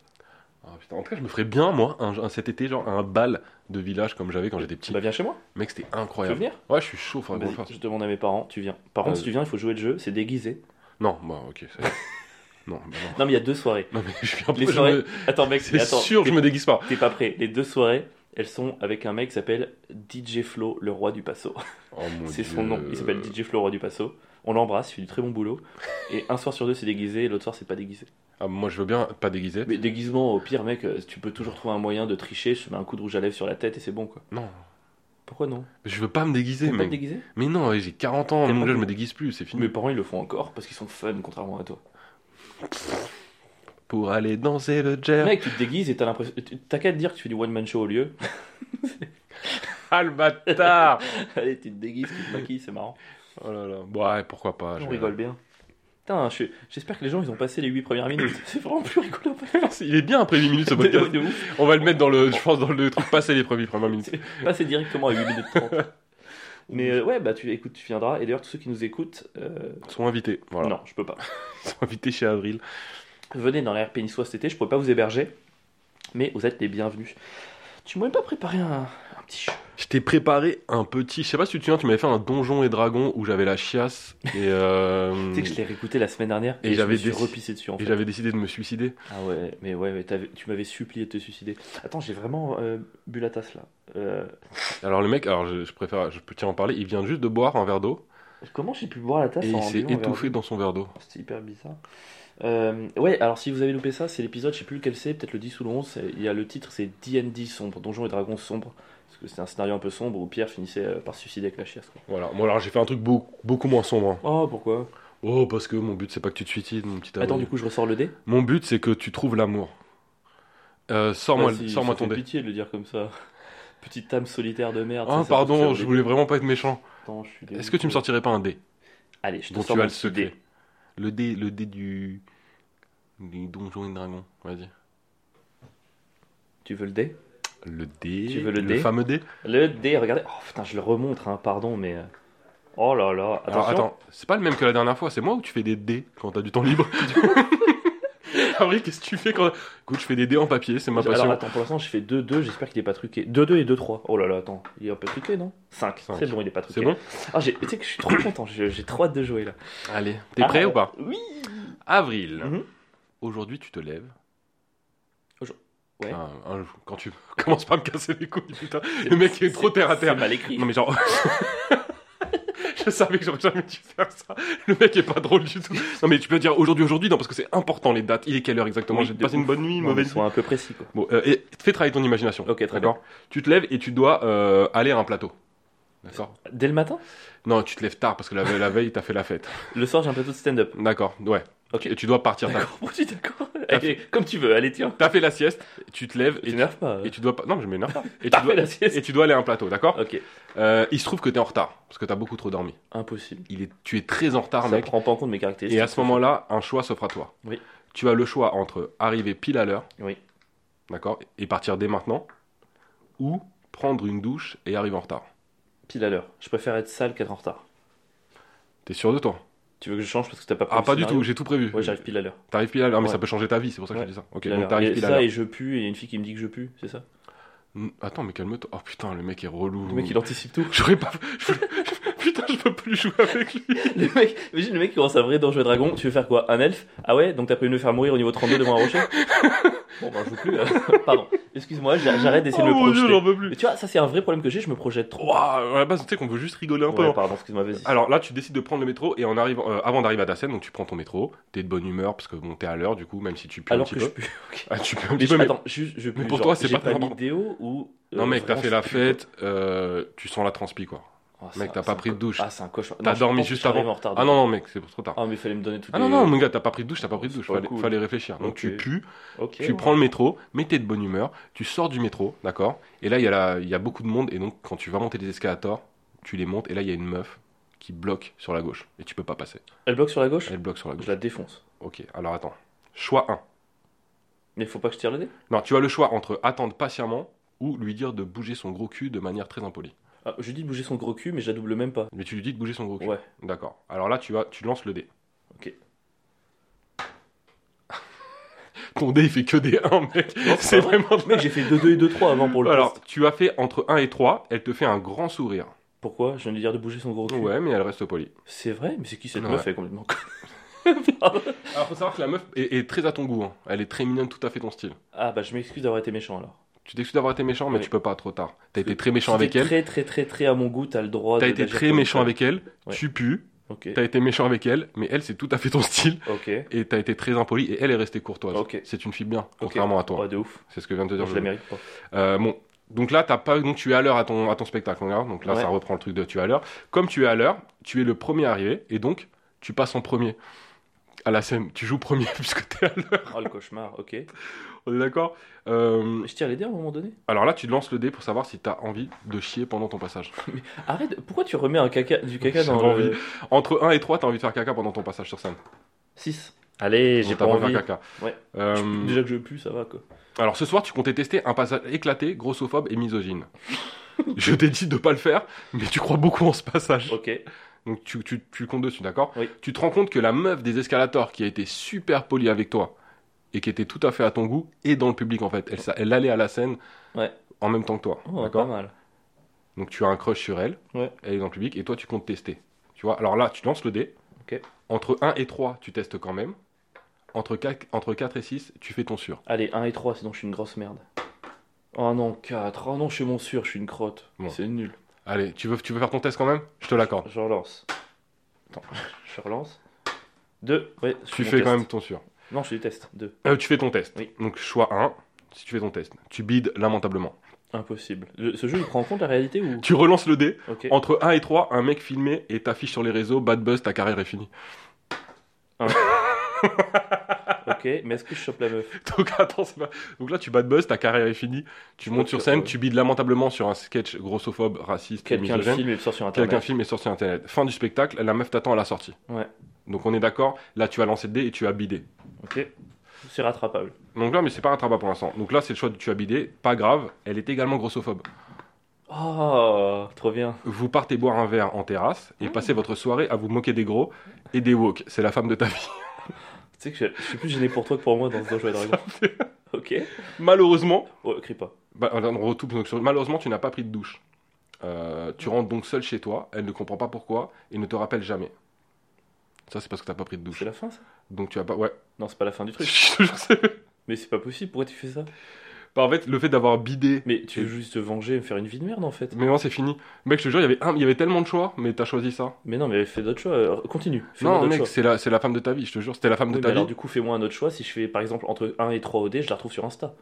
S1: Ah, putain, en tout cas, je me ferais bien, moi, un, un- cet été, genre un bal de village comme j'avais quand j'étais petit.
S2: Bah, viens chez moi,
S1: Mec, c'était
S2: tu veux
S1: incroyable.
S2: venir
S1: Ouais, Euh, je suis chaud, faudrait qu'on le
S2: Vas-y,
S1: fasse.
S2: Je demande à mes parents, tu viens. Par contre,
S1: Vas-y.
S2: si tu viens, il faut jouer le jeu, c'est déguisé.
S1: Non, bah, ok. ça y est. non, bah, non.
S2: Non, mais il y a deux soirées.
S1: Non, mais je suis un peu.
S2: Les
S1: je
S2: soirées-
S1: me-
S2: Attends, mec, mais
S1: C'est
S2: attends.
S1: sûr, je
S2: t'es-
S1: me déguise pas.
S2: T'es pas prêt. Les deux soirées, elles sont avec un mec qui s'appelle DJ Flo, le roi du passo.
S1: Oh mon
S2: C'est
S1: Dieu.
S2: son nom. Il s'appelle DJ Flo, roi du Passo. On l'embrasse, il fait du très bon boulot. Et un soir sur deux, c'est déguisé, et l'autre soir, c'est pas déguisé.
S1: Ah, moi, je veux bien pas déguisé.
S2: Mais déguisement, au pire, mec, euh, tu peux toujours trouver un moyen de tricher. Je te mets un coup de rouge à lèvres sur la tête et c'est bon, quoi.
S1: Non,
S2: Pourquoi non
S1: je veux pas me déguiser,
S2: T'aimes pas te
S1: mec.
S2: déguiser
S1: Mais non, ouais, j'ai 40 ans,
S2: T'aimes
S1: mon
S2: pas
S1: gars, je
S2: te-
S1: me déguise plus, c'est fini.
S2: Mes parents, ils le font encore parce qu'ils sont fun, contrairement à toi.
S1: Pour aller danser le jazz.
S2: Mec, tu te déguises et t'as l'impression. tu- T'as qu'à te dire que tu fais du one-man show au lieu.
S1: Ah le bâtard
S2: Allez, tu te déguises, tu te maquilles, c'est marrant.
S1: Oh là là. Bon, ouais, pourquoi pas. Ah, je-
S2: On rigole bien. Putain, je- j'espère que les gens, ils ont passé les 8 premières minutes. C'est vraiment plus rigolo.
S1: Il est bien après 8 minutes ce podcast.
S2: De ouf.
S1: On va le mettre dans le, je pense, dans le truc passé les premiers premières minutes.
S2: Passer directement à 8 minutes 30. Mais euh, ouais, bah tu écoutes, tu viendras. Et d'ailleurs, tous ceux qui nous écoutent, euh,
S1: Ils sont invités, voilà.
S2: non, je peux pas.
S1: Ils sont invités chez Avril.
S2: Venez dans l'RP niçois cet été, je pourrais pas vous héberger, mais vous êtes les bienvenus. Tu m'aurais pas préparé un, un petit jeu
S1: Je t'ai préparé un petit, je sais pas si tu te souviens, tu m'avais fait un donjon et dragon où j'avais la chiasse et, euh,
S2: Tu sais que je l'ai réécouté la semaine dernière
S1: Et
S2: et,
S1: j'avais
S2: j'avais je me suis
S1: déc-
S2: repissé dessus en
S1: et
S2: fait.
S1: j'avais décidé de me suicider.
S2: Ah ouais, mais ouais, mais t'avais- tu m'avais supplié de te suicider. Attends, j'ai vraiment euh, bu la tasse là. Euh,
S1: Alors le mec, alors je, je préfère, je peux tiens en parler, il vient juste de boire un verre d'eau
S2: comment j'ai pu boire la tasse
S1: et
S2: en
S1: il s'est
S2: buvant un verre
S1: étouffé
S2: d'eau
S1: dans son verre d'eau.
S2: Oh, C'est hyper bizarre. Euh, ouais, alors si vous avez loupé ça, c'est l'épisode, je sais plus lequel c'est, peut-être le 10 ou le 11. c'est- Il y a le titre, c'est D&D sombre, Donjons et Dragons sombre. Parce que c'était un scénario un peu sombre où Pierre finissait euh, par se suicider avec la chiasse. quoi.
S1: Voilà. Moi alors j'ai fait un truc beaucoup, beaucoup moins sombre. hein.
S2: Oh, pourquoi
S1: Oh parce que mon but c'est pas que tu te suicides, mon petit
S2: Attends,
S1: Avril.
S2: du coup, je ressors le dé.
S1: Mon but, c'est que tu trouves l'amour. Euh, sors-moi
S2: Ouais, Ah, si,
S1: sors-moi
S2: ça
S1: ton
S2: fait
S1: dé.
S2: pitié de le dire comme ça. Petite âme solitaire de merde.
S1: Ah,
S2: ça, ça peut
S1: pardon,
S2: faire
S1: je
S2: des-
S1: voulais vraiment pas être méchant.
S2: Attends, je suis
S1: Est-ce que tu me sortirais pas un dé
S2: Allez, je te
S1: dont
S2: sors
S1: tu as
S2: mon
S1: le
S2: petit
S1: secret
S2: dé.
S1: Le dé, le dé du. du donjon et dragon, vas-y.
S2: Tu veux le dé
S1: Le dé.
S2: Tu veux le dé
S1: fameux dé
S2: Le dé, regardez. Oh putain, je le remonte, hein, pardon, mais. euh, Oh là là. Attention.
S1: Alors attends, c'est pas le même que la dernière fois, c'est moi ou tu fais des dés quand t'as du temps libre Ah oui, qu'est-ce que tu fais quand. Écoute, je fais des dés en papier, c'est ma
S2: Alors,
S1: passion.
S2: attends, pour l'instant, je fais 2-2, j'espère qu'il est pas truqué. 2-2 et 2-3. Oh là là, attends, il est un peu truqué, non 5.
S1: Cinq.
S2: C'est bon, il est pas truqué.
S1: c'est bon
S2: Ah, j'ai- tu sais que je suis trop content, je- j'ai trop hâte de jouer là.
S1: Allez, t'es
S2: Ah,
S1: prêt ou pas
S2: Oui
S1: Avril,
S2: Mhm.
S1: aujourd'hui tu te lèves.
S2: Aujourd- ouais.
S1: Un- un jour- quand tu commences pas à me casser les couilles, putain. Le mec est trop terre à terre.
S2: C'est mal écrit.
S1: Non mais genre. Je savais que j'aurais jamais dû faire ça. Le mec est pas drôle du tout. Non mais tu peux dire aujourd'hui, aujourd'hui, non parce que c'est important les dates. Il est quelle heure exactement
S2: Oui,
S1: J'ai
S2: de
S1: passé une bonne nuit, une
S2: Non, mais
S1: mauvaise nuit.
S2: sois un peu précis, quoi.
S1: Bon, euh, et fais travailler ton imagination.
S2: Ok, très
S1: D'accord. Tu te lèves et tu dois euh, aller à un plateau. D'accord.
S2: Dès le matin
S1: Non, tu te lèves tard parce que la, la veille t'as fait la fête.
S2: Le soir, j'ai un plateau de stand-up.
S1: D'accord. Ouais.
S2: Ok.
S1: Et tu dois partir. tard.
S2: D'accord, poursuis, d'accord.
S1: T'as
S2: Allez, Comme tu veux, allez, tiens.
S1: T'as fait la sieste. Tu te lèves et tu,
S2: T'énerves pas.
S1: et
S2: euh.
S1: tu dois pas. Non, mais je m'énerve pas. Et tu
S2: T'as
S1: dois
S2: fait la sieste.
S1: et tu dois aller à un plateau. D'accord.
S2: Ok,
S1: Euh, il se trouve que t'es en retard parce que t'as beaucoup trop dormi.
S2: impossible.
S1: Il est, tu es très en retard,
S2: Ça
S1: mec.
S2: prend pas en compte mes caractéristiques.
S1: Et à ce moment-là, un choix s'offre à toi.
S2: Oui.
S1: Tu as le choix entre arriver pile à l'heure,
S2: Oui.
S1: d'accord, et partir dès maintenant, ou prendre une douche et arriver en retard.
S2: Pile à l'heure. Je préfère être sale qu'être en retard.
S1: T'es sûr de toi
S2: Tu veux que je change parce que t'as pas
S1: Ah, pas du tout, j'ai tout prévu.
S2: Ouais, j'arrive pile à l'heure.
S1: T'arrives pile à l'heure, mais
S2: Ouais.
S1: ça peut changer ta vie, c'est pour ça que
S2: Ouais.
S1: je dis ça. Ok,
S2: Pile à
S1: donc
S2: l'heure.
S1: t'arrives
S2: Et
S1: pile à
S2: ça,
S1: l'heure.
S2: et je pue, et il y a une fille qui me dit que je pue, c'est ça
S1: Mm, Attends, mais calme-toi. Oh putain, le mec est relou.
S2: Le mec, il anticipe tout.
S1: J'aurais pas. je voulais- je- Putain, je peux plus jouer avec lui.
S2: Le mec, imagine le mec qui commence à vrai dans Jeu Dragon, tu veux faire quoi Un elfe Ah ouais, donc t'as prévu de le faire mourir au niveau 32 devant un rocher Bon bah je joue plus, là. pardon. Excuse-moi, j'a- j'arrête d'essayer
S1: Oh
S2: de me
S1: mon dieu,
S2: projeter.
S1: j'en peux
S2: Mais
S1: plus.
S2: tu vois, ça c'est un vrai problème que j'ai, je me projette trop.
S1: Ouah, à la base, tu sais qu'on veut juste rigoler un peu.
S2: Ouais,
S1: hein.
S2: pardon, excuse-moi, vas-y.
S1: Alors là, tu décides de prendre le métro et en arrivant, euh, avant d'arriver à ta scène, donc tu prends ton métro, t'es de bonne humeur parce que bon, t'es à l'heure du coup, même si tu pues un
S2: Alors
S1: petit
S2: que
S1: peu.
S2: je pue.
S1: Ah, tu peux un
S2: Mais
S1: petit peu, mais-
S2: attends, juste, je pue.
S1: Mais pour
S2: genre,
S1: toi, c'est
S2: j'ai
S1: pas
S2: pas mis
S1: normal.
S2: d'EO ou. euh,
S1: Non, mec, t'as
S2: vraiment,
S1: fait
S2: je
S1: la
S2: pue,
S1: fête, euh, tu sens la transpi, quoi.
S2: quoi. Ah,
S1: Mec,
S2: ça-
S1: t'as
S2: c'est
S1: pas
S2: un
S1: pris de
S2: co-
S1: douche.
S2: Ah, c'est un cauchemar.
S1: T'as
S2: Non, je pense
S1: dormi
S2: que
S1: juste
S2: j'arrive
S1: avant.
S2: en retard.
S1: Ah non, non, mec, c'est trop tard.
S2: Ah, mais fallait me donner tout
S1: Ah non, non, mon gars, t'as pas pris de douche, t'as pas pris de
S2: C'est
S1: douche,
S2: pas
S1: fallait,
S2: cool.
S1: fallait réfléchir. Donc tu
S2: Ok.
S1: pues, tu prends le métro, mais t'es de bonne humeur, tu sors du métro, d'accord Et là, il y, a la- il y a beaucoup de monde, et donc quand tu vas monter les escalators, tu les montes, et là, il y a une meuf qui bloque sur la gauche, et tu peux pas passer.
S2: Elle bloque sur la gauche
S1: Elle bloque sur la gauche.
S2: Je la défonce.
S1: Ok, alors attends. Choix 1.
S2: Mais faut pas que je tire le dé
S1: Non, tu as le choix entre attendre patiemment ou lui dire de bouger son gros cul de manière très impolie.
S2: Ah, Je lui dis de bouger son gros cul, mais je la double même pas.
S1: Mais tu lui dis de bouger son gros cul.
S2: Ouais.
S1: D'accord. Alors là, tu, as, tu lances le dé.
S2: Ok.
S1: Ton dé, il fait que des 1, mec.
S2: Non,
S1: C'est
S2: c'est pas vrai.
S1: vraiment...
S2: Mec, j'ai fait 2-2 et 2-3 avant pour le
S1: Alors,
S2: poste.
S1: tu as fait entre 1 et 3, elle te fait un grand sourire.
S2: Pourquoi Je viens de lui dire de bouger son gros cul.
S1: Ouais, mais elle reste polie.
S2: C'est vrai Mais c'est qui cette
S1: Ouais.
S2: meuf Elle est complètement con.
S1: Alors, faut savoir que la meuf est, est très à ton goût. hein. Elle est très mignonne, tout à fait ton style.
S2: Ah bah je m'excuse d'avoir été méchant alors.
S1: Tu t'excuses d'avoir été méchant, mais
S2: Ouais.
S1: tu peux pas, trop tard. T'as
S2: Parce
S1: été
S2: que
S1: très méchant
S2: Si
S1: avec
S2: t'es
S1: elle.
S2: Très très très très à mon goût, t'as le droit
S1: T'as
S2: euh, de-
S1: été
S2: d'agir
S1: très
S2: comme
S1: méchant
S2: ça.
S1: avec elle.
S2: Ouais.
S1: Tu pues.
S2: Ok.
S1: T'as été méchant avec elle, mais elle, c'est tout à fait ton style.
S2: Ok.
S1: Et t'as été très impoli et elle est restée courtoise.
S2: Ok.
S1: C'est une fille bien, contrairement à toi.
S2: Ouais, de ouf.
S1: C'est ce que vient de te dire.
S2: je
S1: Jojo.
S2: la mérite pas.
S1: Euh, bon, donc là, t'as pas, donc tu es à l'heure à ton, à ton spectacle. hein, donc là,
S2: Ouais.
S1: ça reprend le truc de tu es à l'heure. Comme tu es à l'heure, tu es le premier arrivé et donc tu passes en premier à la scène. Tu joues premier puisque t'es à l'heure.
S2: Oh le cauchemar, ok.
S1: On est d'accord Euh,
S2: Je tire les dés à un moment donné.
S1: Alors là, tu lances le dé pour savoir si t'as envie de chier pendant ton passage.
S2: Arrête, pourquoi tu remets un caca, du caca
S1: J'ai
S2: dans
S1: pas
S2: le.
S1: Entre 1 et 3, t'as envie de faire caca pendant ton passage sur scène.
S2: 6.
S1: Et
S2: Allez,
S1: j'ai pas envie de faire caca.
S2: Ouais.
S1: Euh,
S2: Déjà que je pue, ça va quoi.
S1: Alors ce soir, tu comptais tester un passage éclaté, grossophobe et misogyne. Je t'ai dit de pas le faire, mais tu crois beaucoup en ce passage.
S2: Ok.
S1: Donc tu, tu, tu comptes dessus, d'accord
S2: Oui.
S1: Tu te rends compte que la meuf des escalators qui a été super polie avec toi et qui était tout à fait à ton goût est dans le public en fait. Elle, s'a- elle allait à la scène
S2: Ouais.
S1: en même temps que toi.
S2: Oh, pas
S1: d'accord
S2: mal.
S1: Donc tu as un crush sur elle,
S2: Ouais.
S1: elle est dans le public et toi tu comptes tester. Tu vois Alors là, tu lances le dé.
S2: Ok.
S1: Entre 1 et 3, tu testes quand même. Entre 4, entre 4 et 6, tu fais ton sûr.
S2: Allez, 1 et 3, sinon je suis une grosse merde. Oh non, 4. Oh non, je suis mon sûr, je suis une crotte.
S1: Bon.
S2: C'est nul.
S1: Allez, tu veux, tu veux faire ton test quand même Je te l'accorde.
S2: Je relance. Attends, je relance. 2. Ouais, je
S1: Tu
S2: mon
S1: fais
S2: test.
S1: quand même ton sûr.
S2: Non, je fais du test. 2.
S1: Euh, tu fais ton test.
S2: Oui.
S1: Donc choix 1, si tu fais ton test. Tu bides lamentablement.
S2: Impossible. Le- ce jeu, il prend en compte la réalité ou.
S1: Tu relances le dé.
S2: Ok.
S1: Entre 1 et 3, un mec filmé et t'affiche sur les réseaux Bad Buzz, ta carrière est finie.
S2: Ok, mais est-ce que je chope la meuf
S1: Donc attends, c'est pas... Donc là, tu Bad Buzz, ta carrière est finie. Tu montes sur scène, tu bides lamentablement sur un sketch grossophobe, raciste,
S2: Quelqu'un le
S1: misogène.
S2: filme et le sort sur internet.
S1: Quelqu'un filme et sort sur internet. Fin du spectacle, la meuf t'attend à la sortie.
S2: Ouais.
S1: Donc on est d'accord, là tu as lancé le dé et tu as bidé.
S2: Ok. C'est rattrapable.
S1: Donc là, mais c'est pas rattrapable pour l'instant. Donc là, c'est le choix de tu as bidé, pas grave, elle est également grossophobe.
S2: Oh, trop bien.
S1: Vous partez boire un verre en terrasse
S2: Ah.
S1: et passez votre soirée à vous moquer des gros et des woke. C'est la femme de ta vie.
S2: Tu sais que je, je suis plus gêné pour toi que pour moi dans ce jeu à dragon. ok.
S1: Malheureusement,
S2: Oh, crie pas.
S1: bah, on retourne donc sur- malheureusement, tu n'as pas pris de douche. Euh, tu rentres donc seul chez toi, elle ne comprend pas pourquoi et ne te rappelle jamais. Ça, c'est parce que t'as pas pris de douche.
S2: C'est la fin ça
S1: Donc tu as pas. Ouais.
S2: Non, c'est pas la fin du truc.
S1: Je te jure, c'est-
S2: Mais c'est pas possible, pourquoi tu fais ça
S1: Bah, en fait, le fait d'avoir bidé
S2: Mais tu veux juste te venger et me faire une vie de merde en fait.
S1: Mais non, c'est fini. Mec, je te jure, il y avait, un- il y avait tellement de choix, mais t'as choisi ça.
S2: Mais non, mais fais d'autres choix. euh, Continue. Fais-moi
S1: Non,
S2: d'autres
S1: mec,
S2: choix.
S1: c'est la, c'est la femme de ta vie, je te jure. C'était la femme
S2: Oui,
S1: de
S2: mais
S1: ta
S2: alors
S1: vie.
S2: du coup, fais-moi un autre choix. Si je fais par exemple entre 1 et 3 OD, je la retrouve sur Insta.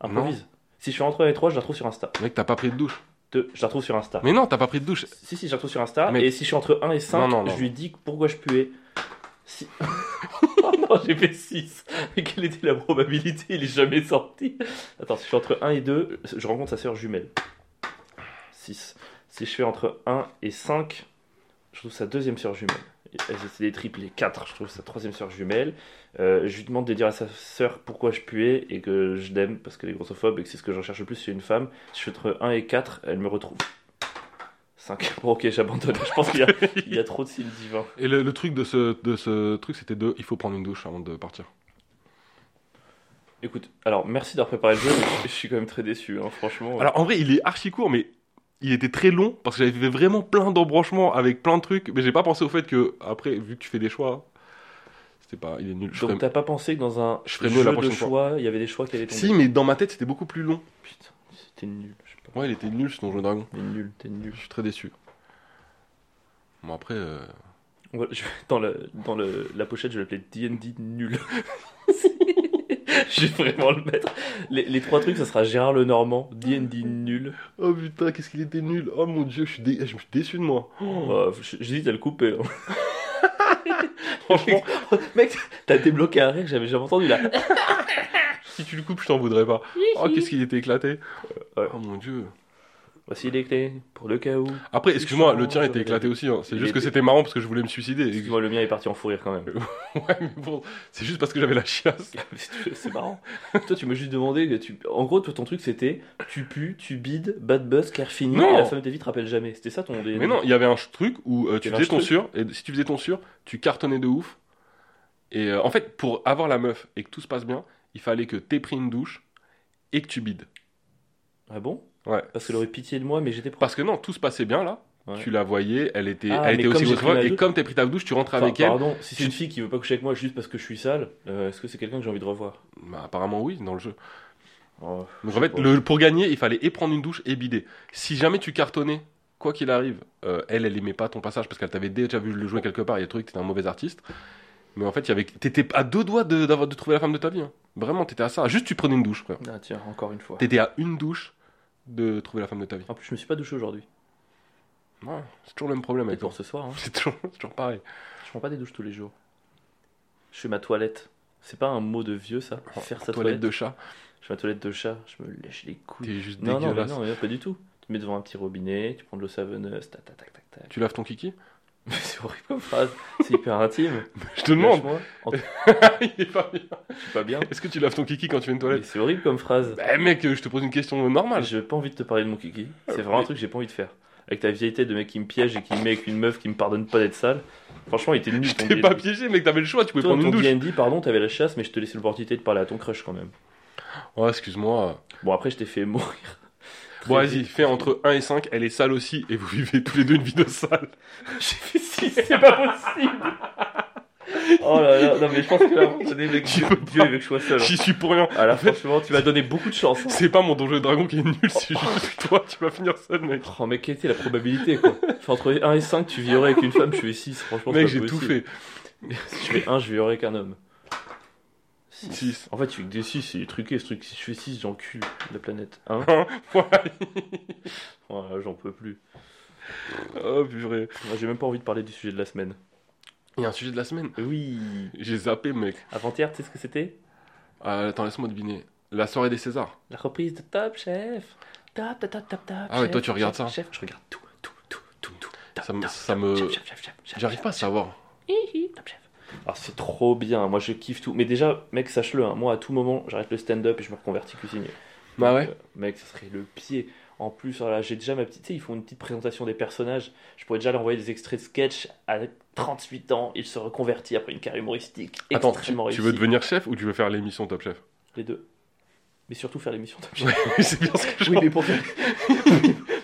S2: Improvise. Si je fais entre 1 et 3, je la retrouve sur Insta.
S1: Mec, t'as pas pris de douche.
S2: 2, je la retrouve sur Insta.
S1: Mais non, t'as pas pris de douche.
S2: Si, si, je la retrouve sur Insta.
S1: Mais-
S2: Et si je suis entre 1 et 5,
S1: Non, non, non.
S2: je lui dis pourquoi je puais. Si... oh non, j'ai fait 6. Mais quelle était la probabilité Il est jamais sorti. Attends, si je suis entre 1 et 2, je rencontre sa sœur jumelle. 6. Si je fais entre 1 et 5, je trouve sa deuxième sœur jumelle. Et elle, C'est des triples, il est 4, je trouve sa troisième sœur jumelle. Euh, je lui demande de dire à sa sœur pourquoi je puais et que je l'aime parce qu'elle est grossophobie et que c'est ce que je recherche le plus chez une femme. Si je fais entre 1 et 4, elle me retrouve. 5. Bon, ok, j'abandonne. Je pense qu'il y, a- il y a trop de signes divins.
S1: Et le, le truc de ce, de ce truc, c'était de il faut prendre une douche avant de partir.
S2: Écoute, alors merci d'avoir préparé le jeu. mais Je suis quand même très déçu, hein, franchement.
S1: Alors en vrai, il est archi court, mais il était très long parce que j'avais fait vraiment plein d'embranchements avec plein de trucs, mais j'ai pas pensé au fait que, après, vu que tu fais des choix, c'était pas. Il est nul. Je
S2: Donc
S1: ferais-
S2: t'as pas pensé que dans un
S1: Je ferai mieux
S2: jeu
S1: la
S2: de
S1: prochaine fois.
S2: choix, il y avait des choix qui allaient tomber
S1: Si, mais dans ma tête, c'était beaucoup plus long.
S2: Putain, c'était nul. Je sais pas.
S1: Ouais, il était nul, ce donjon et dragon.
S2: Mais nul, t'es nul.
S1: Je suis très déçu. Bon, après. euh,
S2: Ouais, je- Dans, le, dans le, la pochette, je l'appelais D&D nul. je vais vraiment le mettre. Les, les trois trucs, ça sera Gérard Lenormand, D&D nul.
S1: Oh putain, qu'est-ce qu'il était nul. Oh mon dieu, je suis, dé- je suis déçu de moi.
S2: Bah, j- J'hésite à le couper. hein.
S1: Franchement,
S2: Mec, t'as débloqué un rire que j'avais jamais entendu là.
S1: si tu le coupes, je t'en voudrais pas. Oh, qu'est-ce qu'il était éclaté.
S2: Ouais.
S1: Oh mon dieu.
S2: Voici les clés pour le cas où.
S1: Après, excuse-moi,
S2: Franchement,
S1: le tien
S2: je
S1: était
S2: vais
S1: éclaté aussi. hein. C'est
S2: Il
S1: juste que
S2: était-
S1: c'était marrant parce que je voulais me suicider.
S2: Excuse-moi, le mien est parti en fou rire quand même.
S1: Ouais, mais bon, c'est juste parce que j'avais la chiasse.
S2: C'est marrant. toi, tu m'as juste demandé. Que tu... En gros, toi, ton truc, c'était tu pues, tu bides, bad buzz, car fini,
S1: Non.
S2: et la femme de ta vie te rappelle jamais. C'était ça ton délire.
S1: Mais non, il y avait un ch- truc où euh, tu
S2: Il y avait
S1: faisais ton
S2: un truc.
S1: sûr, et si tu faisais ton sûr, tu cartonnais de ouf. Et euh, en fait, pour avoir la meuf et que tout se passe bien, il fallait que t'aies pris une douche et que tu bides.
S2: Ah bon
S1: Ouais.
S2: Parce qu'elle aurait pitié de moi, mais j'étais propre.
S1: Parce que non, tout se passait bien là.
S2: Ouais.
S1: Tu la voyais, elle était,
S2: Ah,
S1: elle
S2: mais
S1: était aussi
S2: comme j'ai
S1: grosse
S2: pris ma
S1: que toi, Et
S2: douche-
S1: comme t'as pris ta douche, tu rentres
S2: Enfin,
S1: avec elle.
S2: pardon, si c'est une fille qui veut pas coucher avec moi juste parce que je suis sale, euh, est-ce que c'est quelqu'un que j'ai envie de revoir
S1: Bah, apparemment, oui, dans le jeu.
S2: Oh,
S1: Donc
S2: je
S1: en
S2: sais
S1: fait,
S2: pas.
S1: le- pour gagner, il fallait et prendre une douche et bider. Si jamais tu cartonnais quoi qu'il arrive, euh, elle, elle aimait pas ton passage parce qu'elle t'avait déjà vu le jouer quelque part. Il y a truc, t'étais un mauvais artiste. Mais en fait, il y avait, t'étais à deux doigts de, d'avoir- de trouver la femme de ta vie. hein. Vraiment, t'étais à ça. Juste, tu prenais une douche, frère.
S2: Ah, tiens, encore une fois.
S1: T'étais à une douche de trouver la femme de ta vie.
S2: En plus, je me suis pas douché aujourd'hui.
S1: Ouais, c'est toujours le même problème
S2: Et
S1: avec toi.
S2: pour ce soir, hein.
S1: C'est toujours, c'est toujours pareil.
S2: je prends pas des douches tous les jours. Je fais ma toilette. C'est pas un mot de vieux ça Faire sa
S1: toilette
S2: Oh, toilette.
S1: de chat,
S2: Je fais ma toilette de chat, je me lèche les couilles.
S1: t'es juste
S2: Non, non, mais
S1: dégueulasse.
S2: non, mais pas du tout. Tu te mets devant un petit robinet, tu prends de l'eau savonneuse, tac, tac, tac, tac, tac.
S1: Tu laves ton kiki
S2: Mais c'est horrible comme phrase, c'est hyper intime.
S1: Je te demande.
S2: Lâche-moi. En- Je
S1: Il est pas bien.
S2: suis pas bien.
S1: Est-ce que tu laves ton kiki quand tu fais une
S2: Mais
S1: toilette
S2: c'est horrible comme phrase.
S1: Bah mec, euh, je te pose une question normale.
S2: J'ai pas envie de te parler de mon kiki. C'est vraiment un truc que j'ai pas envie de faire. Avec ta vieille tête de mec qui me piège et qui me met avec une meuf qui me pardonne pas d'être sale. Franchement, il était nul
S1: Je
S2: ton
S1: t'ai
S2: D&D.
S1: pas piégé, mec, t'avais le choix, tu pouvais
S2: Toi,
S1: prendre
S2: ton
S1: une douche.
S2: D&D, pardon, t'avais la chasse, mais je te laissais l'opportunité de parler à ton crush quand même.
S1: Oh, excuse-moi.
S2: Bon, après, je t'ai fait mourir.
S1: Bon,
S2: Très
S1: vas-y,
S2: vite.
S1: fais entre 1 et 5, elle est sale aussi, et vous vivez tous les deux une vie de sale.
S2: J'ai fait 6, c'est pas possible. oh là là, non, mais je pense que là, à un moment donné, mec,
S1: Tu
S2: Dieu
S1: peux
S2: Dieu, il veut que je sois seul.
S1: J'y suis pour rien.
S2: Alors, franchement, tu m'as donné beaucoup de chance.
S1: C'est pas mon donjon et dragon qui est nul, c'est juste que toi, tu vas finir seul, mec.
S2: Oh, mais quelle était la probabilité, quoi Enfin, entre 1 et 5, tu vivrais avec une femme, je fais 6, franchement,
S1: Mec,
S2: c'est
S1: j'ai
S2: pas
S1: tout
S2: possible.
S1: fait.
S2: Si je fais 1, je vivrai avec un homme. Six.
S1: 6.
S2: En fait, tu fais que des 6, c'est truqué ce truc. Si je fais 6, j'encule la planète. 1, j'en peux plus.
S1: Oh purée.
S2: Moi, j'ai même pas envie de parler du sujet de la semaine.
S1: Il y a un sujet de la semaine.
S2: Oui.
S1: J'ai zappé, mec.
S2: Avant-hier, tu sais ce que c'était
S1: Euh, attends, laisse-moi deviner. La soirée des Césars.
S2: La reprise de Top Chef. Top, top, top, top, top.
S1: Ah ouais, toi,
S2: Chef,
S1: tu regardes
S2: chef,
S1: ça.
S2: Chef, je regarde tout, tout, tout, tout, tout. Top,
S1: Ça me.
S2: top,
S1: Ça
S2: chef,
S1: me...
S2: chef, chef, chef, chef,
S1: J'arrive
S2: chef,
S1: pas à savoir.
S2: hi, hi, Top Chef. Alors, Ah, c'est trop bien. Moi, je kiffe tout. Mais déjà, mec, sache-le, hein, moi, à tout moment, j'arrête le stand-up et je me reconvertis cuisinier.
S1: Bah ouais
S2: Euh, mec, ça serait le pied. En plus, voilà, j'ai déjà ma petite. Tu sais, ils font une petite présentation des personnages. Je pourrais déjà leur envoyer des extraits de sketch à 38 ans. Il se reconvertit après une carrière humoristique.
S1: Attends, tu,
S2: extrêmement
S1: tu veux
S2: réussie.
S1: devenir chef ou tu veux faire l'émission Top Chef
S2: Les deux. Mais surtout faire l'émission Top Chef.
S1: Oui, c'est bien ce que je
S2: Oui,
S1: pense.
S2: mais pour faire,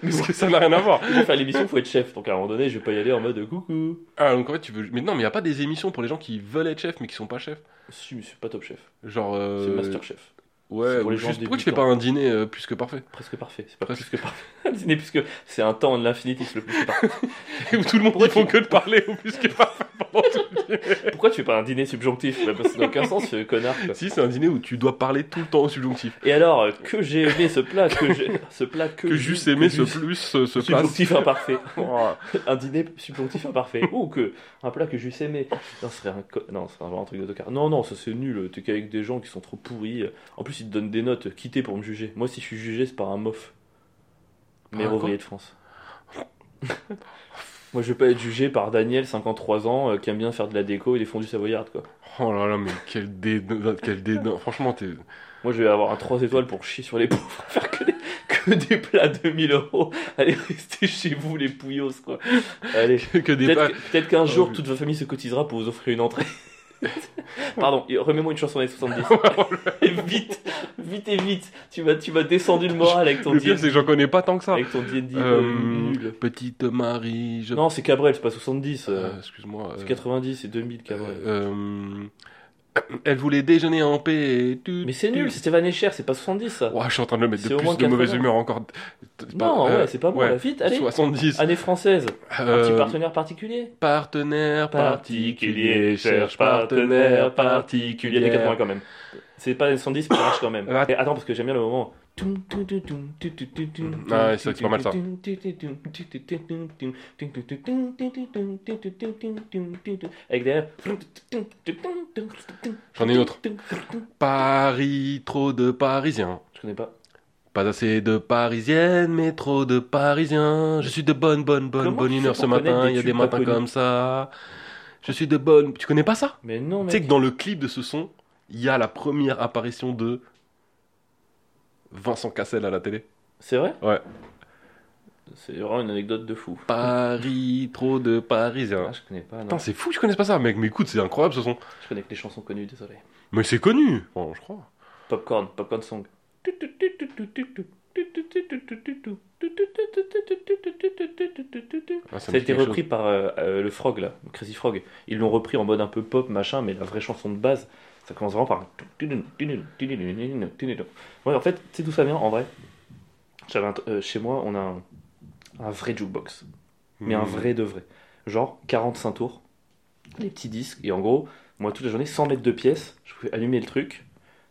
S1: Parce que ça n'a rien à voir.
S2: pour faire l'émission, faut être chef. Donc à un moment donné, je vais pas y aller en mode coucou.
S1: Ah, donc en fait, tu veux. Mais non, mais y a pas des émissions pour les gens qui veulent être chef mais qui sont pas chefs.
S2: Si, mais c'est pas Top Chef.
S1: Genre. euh,
S2: C'est Master Chef.
S1: Ouais,
S2: C'est pour
S1: ou
S2: les gens
S1: juste. Pourquoi tu fais pas
S2: débutants.
S1: un dîner euh, plus que parfait
S2: Presque parfait. C'est pas
S1: Presque.
S2: plus que parfait. Dîner, puisque c'est un temps de l'infinitif le plus que parfait.
S1: Où tout le monde,
S2: Pourquoi
S1: ils font
S2: tu-
S1: que de parler ou plus que parfait pendant tout le dîner.
S2: Pourquoi tu fais pas un dîner subjonctif Bah, Parce que ça n'a aucun sens, ce connard. quoi.
S1: Si, c'est un dîner où tu dois parler tout le temps au subjonctif.
S2: Et alors, euh, que j'ai aimé ce plat, que j'ai- ce plat que,
S1: Que
S2: j'ai-
S1: j'eusse aimé
S2: que
S1: ce
S2: j'eusse-
S1: plus, ce, ce place.
S2: subjonctif imparfait.
S1: Ouah.
S2: un dîner subjonctif imparfait. Ou que un plat que j'eusse aimé. Non, ce serait un, co- non, ce serait vraiment un truc d'autocar. Non, non, ça c'est nul. T'es qu'avec des gens qui sont trop pourris. En plus, ils te donnent des notes. Quittez pour me juger. Moi, si je suis jugé, c'est par un mof.
S1: Par
S2: Maire
S1: un quoi
S2: ouvrier de France. Moi, je vais pas être jugé par Daniel, 53 ans, euh, qui aime bien faire de la déco et des fondus savoyardes, quoi.
S1: Oh là là, mais quel dédain, quel dédain. Franchement, t'es.
S2: Moi, je vais avoir un 3 étoiles pour chier sur les pauvres, faire que des, que des plats de 1000 euros. Allez, restez chez vous, les pouillos, quoi. Allez,
S1: que des
S2: peut-être
S1: pas.
S2: que- peut-être qu'un
S1: Oh,
S2: jour,
S1: oui.
S2: toute votre famille se cotisera pour vous offrir une entrée. Pardon, et remets-moi une chanson des 70. et vite, vite et vite. Tu m'as, tu m'as descendu le moral avec ton
S1: Le pire,
S2: D&D.
S1: c'est que j'en connais pas tant que ça.
S2: Avec ton D&D,
S1: Euh,
S2: euh, nul.
S1: petite Marie, je.
S2: Non, c'est Cabrel, c'est pas 70. euh,
S1: Euh, Excuse-moi.
S2: c'est
S1: euh,
S2: 90, c'est 2000, Cabrel.
S1: euh, euh, elle voulait déjeuner en paix. et tu-
S2: Mais c'est
S1: tu-
S2: nul, c'est Stéphane Echer, c'est pas 70, ça.
S1: Ouah, je suis en train de le mettre de
S2: C'est au
S1: plus
S2: moins
S1: de mauvaise
S2: 80.
S1: humeur encore.
S2: non,
S1: Euh,
S2: ouais, c'est pas bon, là. Vite, allez.
S1: 70.
S2: Année française. Un petit
S1: Euh,
S2: partenaire particulier
S1: partenaire particulier, cherche partenaire
S2: partenaire
S1: particulier.
S2: particulier. Des 80 quand même. C'est pas les 110, mais ça marche quand même.
S1: Euh,
S2: Et attends, parce que j'aime bien le moment.
S1: Ah
S2: Ah
S1: ouais, c'est vrai que c'est pas mal, ça.
S2: Avec derrière.
S1: J'en ai une autre. Paris, trop de Parisiens.
S2: Je connais pas.
S1: Pas assez de Parisiennes, mais trop de Parisiens. Je suis de bonne, bonne, bonne,
S2: Comment
S1: bonne
S2: tu fais
S1: humeur ce
S2: pour connaître
S1: matin.
S2: des
S1: Il y a
S2: tubes
S1: des
S2: pas
S1: matins
S2: connus
S1: comme ça. Je suis de bonne. Tu connais pas ça
S2: Mais non,
S1: Tu sais
S2: mec.
S1: que dans le clip de ce son, il y a la première apparition de Vincent Cassel à la télé.
S2: C'est vrai
S1: Ouais.
S2: C'est vraiment une anecdote de fou.
S1: Paris, trop de Parisiens.
S2: Ah, je connais pas, non.
S1: Putain, c'est fou que je connaisse pas ça, mec. Mais écoute, c'est incroyable ce son.
S2: Je connais que les chansons connues, désolé.
S1: Mais c'est connu. Bon, je crois.
S2: Popcorn, popcorn song.
S1: Ah, ça
S2: Ça a
S1: me dit
S2: été
S1: quelque
S2: repris par euh, euh, le Frog là, Crazy Frog. Ils l'ont repris en mode un peu pop machin, mais la vraie chanson de base, ça commence vraiment par. un- Ouais, en fait, c'est tout ça vient en vrai. J'avais un t- euh, chez moi, on a un, un vrai jukebox, mais
S1: Hmm. Mm.
S2: un vrai de vrai. Genre 45 tours, les petits disques, et en gros, moi toute la journée, sans mettre de pièces, je pouvais allumer le truc,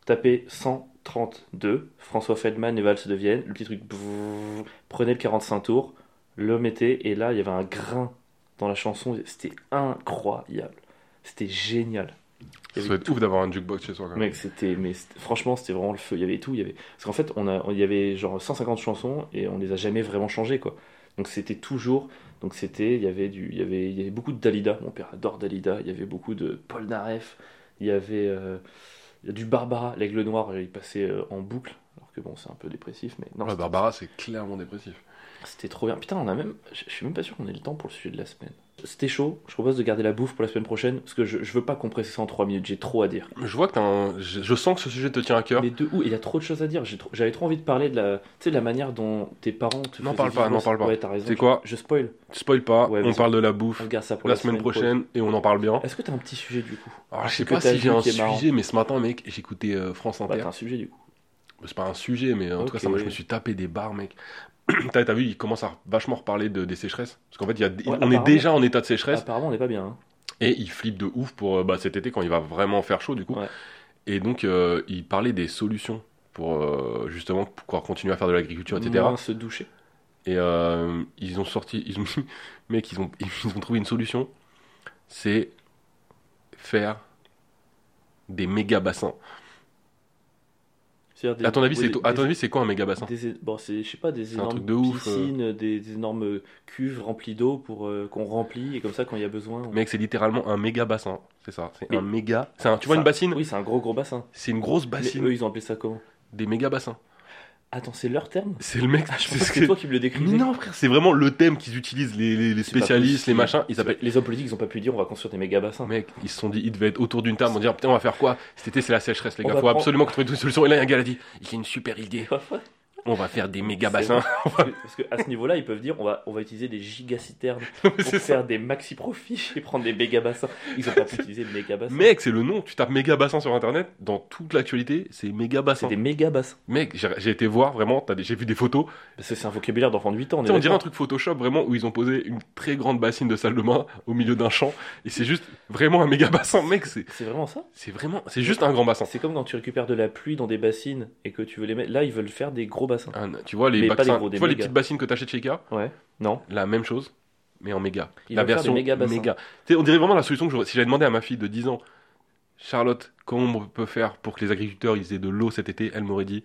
S2: taper 132, François Feldman et Valse de Vienne, le petit truc, bouh, prenez le 45 tours, le mettez, et là, il y avait un grain dans la chanson, c'était incroyable, c'était génial.
S1: Ça
S2: Il y avait
S1: doit être ouf d'avoir un jukebox chez soi quand même.
S2: Mec, c'était, mais c'était- franchement, c'était vraiment le feu. Il y avait tout. Il y avait... Parce qu'en fait, on a, on- il y avait genre 150 chansons et on les a jamais vraiment changées, quoi. Donc c'était toujours. Donc c'était, il y avait du, il y avait, il y avait beaucoup de Dalida. Mon père adore Dalida. Il y avait beaucoup de Paul Naref. Il y avait euh, du Barbara, l'aigle noir. Il passait euh, en boucle. Alors que bon, c'est un peu dépressif, mais
S1: Ouais,
S2: non.
S1: bah.
S2: c'était-
S1: Ah, Barbara, c'est clairement dépressif.
S2: c'était trop bien. Putain, on a même. Je je suis même pas sûr qu'on ait le temps pour le sujet de la semaine. C'était chaud. Je propose de garder la bouffe pour la semaine prochaine parce que je, je veux pas compresser ça en 3 minutes. J'ai trop à dire.
S1: Je vois que t'as un... je, je sens que ce sujet te tient à cœur.
S2: Mais de où Il y a trop de choses à dire. J'ai trop- J'avais trop envie de parler de la, tu sais, de la manière dont tes parents te
S1: N'en
S2: faisaient
S1: parle pas,
S2: vivre
S1: n'en
S2: ça.
S1: parle pas.
S2: Ouais, t'as raison.
S1: C'est
S2: je-
S1: quoi
S2: Je spoil.
S1: Spoil pas,
S2: Ouais,
S1: on
S2: vas-y.
S1: parle de la bouffe
S2: On garde ça pour
S1: la semaine prochaine et on en parle bien.
S2: prochaine. Est-ce que t'as un petit sujet du coup
S1: Alors, je sais
S2: que
S1: pas
S2: t'as
S1: si
S2: vu
S1: j'ai un
S2: qui est marrant
S1: sujet, mais ce matin, mec, j'écoutais euh, France
S2: Bah,
S1: Inter.
S2: t'as un sujet du coup.
S1: c'est pas un sujet, mais euh, en tout cas, ça,
S2: Ok.
S1: moi, je me suis tapé des barres, mec. t'as t'as vu, il commence à vachement reparler de, des sécheresses. Parce qu'en fait, il y a, on est
S2: apparemment.
S1: déjà en état de sécheresse
S2: Apparemment, on n'est pas bien. hein.
S1: et il flippe de ouf pour euh, bah, cet été quand il va vraiment faire chaud, du coup.
S2: Ouais.
S1: Et donc, euh, il parlait des solutions pour euh, justement pouvoir continuer à faire de l'agriculture, etc.
S2: Moins se doucher.
S1: Et euh, ils ont sorti, ils ont, mec, ils ont, ils ont trouvé une solution. C'est faire des méga bassins.
S2: C'est-à-dire des-
S1: À ton avis,
S2: ouais,
S1: c'est
S2: des-
S1: à ton
S2: des-
S1: avis, c'est quoi un méga bassin
S2: des- bon, c'est, je sais pas, des
S1: un
S2: énormes
S1: truc de ouf, euh.
S2: piscines, des, des énormes cuves remplies d'eau pour euh, qu'on remplit et comme ça, quand il y a besoin. on-
S1: Mec, c'est littéralement un méga bassin. C'est ça. C'est
S2: Mais-
S1: un méga. c'est un- tu vois
S2: Ça-
S1: une bassine
S2: Oui, c'est un gros gros bassin.
S1: C'est une grosse
S2: Mais
S1: bassine.
S2: eux, ils ont appelé ça comment
S1: Des méga bassins.
S2: Attends, c'est leur terme
S1: C'est le mec.
S2: Ah, je
S1: c'est
S2: pensais
S1: ce
S2: que
S1: que-
S2: c'est toi qui me le décrivais.
S1: Non, frère, c'est vraiment le thème qu'ils utilisent, les, les- les
S2: C'est pas
S1: spécialistes, les
S2: possible.
S1: machins. Ils s'appellent. oh,
S2: Les hommes politiques, ils ont pas pu dire on va construire des méga bassins.
S1: Mec, ils se sont dit, ils devaient être autour d'une table, on dire putain, on va faire quoi Cet été, c'est la sécheresse, les
S2: On
S1: gars.
S2: va
S1: Faut
S2: prendre-
S1: absolument qu'on trouve une solution. Et là, il y a un gars il a dit, j'ai une super idée. On va faire des méga
S2: C'est
S1: bassins.
S2: Parce que- parce que à ce niveau-là, ils peuvent dire on va, on va utiliser des gigaciternes pour
S1: C'est
S2: faire
S1: ça.
S2: des maxi profits et prendre des méga bassins. Ils ont pas pu utiliser des méga bassins.
S1: Mec, c'est le nom. Tu tapes méga bassin sur internet, dans toute l'actualité, c'est méga
S2: C'est
S1: bassin.
S2: des méga bassins.
S1: Mec, j'ai j'ai été voir vraiment, t'as des- j'ai vu des photos.
S2: Parce que c'est un vocabulaire d'enfant de 8 ans. On,
S1: Tu
S2: est
S1: sais, on
S2: d'accord.
S1: dirait un truc Photoshop vraiment où ils ont posé une très grande bassine de salle de bain au milieu d'un champ et c'est juste vraiment un méga bassin, mec. C'est
S2: C'est vraiment ça
S1: c'est vraiment, c'est juste un grand bassin.
S2: C'est comme quand tu récupères de la pluie dans des bassines et que tu veux les mettre. Là, ils veulent faire des gros bassins.
S1: Un- tu vois les
S2: Mais pas
S1: bassins-
S2: les gros, des
S1: tu vois les
S2: méga.
S1: petites bassines que t'achètes chez Ikea,
S2: Ouais. Non.
S1: la même chose, mais en méga.
S2: Ils
S1: la
S2: veulent faire
S1: version
S2: des méga bassins.
S1: Tu sais, on dirait vraiment la solution que j'aurais- si j'avais demandé à ma fille de 10 ans, Charlotte, comment on peut faire pour que les agriculteurs ils aient de l'eau cet été, elle m'aurait dit,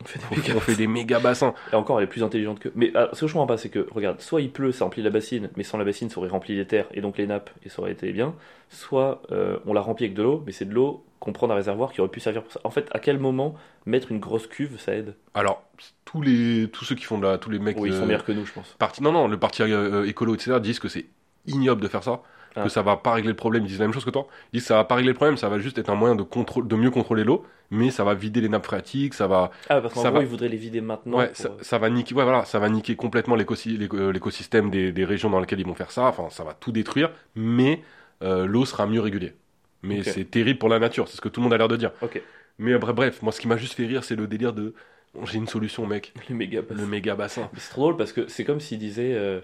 S2: On fait
S1: on
S2: des méga
S1: fait, on fait des méga bassins.
S2: Et encore, elle est plus intelligente que. Mais ah, ce que je comprends pas, c'est que, regarde, soit il pleut, ça remplit la bassine, mais sans la bassine, ça aurait rempli les terres et donc les nappes, et ça aurait été bien. Soit euh, on la remplit avec de l'eau, mais c'est de l'eau qu'on prend d'un réservoir qui aurait pu servir pour ça. En fait, à quel moment mettre une grosse cuve, ça aide
S1: Alors tous les tous ceux qui font de la, tous les mecs
S2: Oui, ils
S1: de-
S2: sont meilleurs que nous, je pense.
S1: parti- non non le parti euh, euh, écolo etc disent que c'est ignoble de faire ça
S2: Ah.
S1: que ça va pas régler le problème ils disent la même chose que toi ils disent ça va pas régler le problème ça va juste être un moyen de contrôle de mieux contrôler l'eau mais ça va vider les nappes phréatiques ça va
S2: Ah, parce qu'en
S1: Ça
S2: gros,
S1: va.
S2: ils voudraient les vider maintenant.
S1: ouais
S2: pour,
S1: ça,
S2: euh,
S1: ça va niquer ouais, voilà ça va niquer complètement l'écosi- l'éco- euh, l'écosystème des, des régions dans lesquelles ils vont faire ça enfin ça va tout détruire mais euh, l'eau sera mieux régulée mais
S2: Ok.
S1: c'est terrible pour la nature c'est ce que tout le monde a l'air de dire
S2: Ok.
S1: mais euh, bref, bref moi ce qui m'a juste fait rire c'est le délire de Bon, j'ai une solution mec
S2: Les méga
S1: le méga bassin
S2: Mais C'est trop drôle parce que c'est comme s'il disait euh,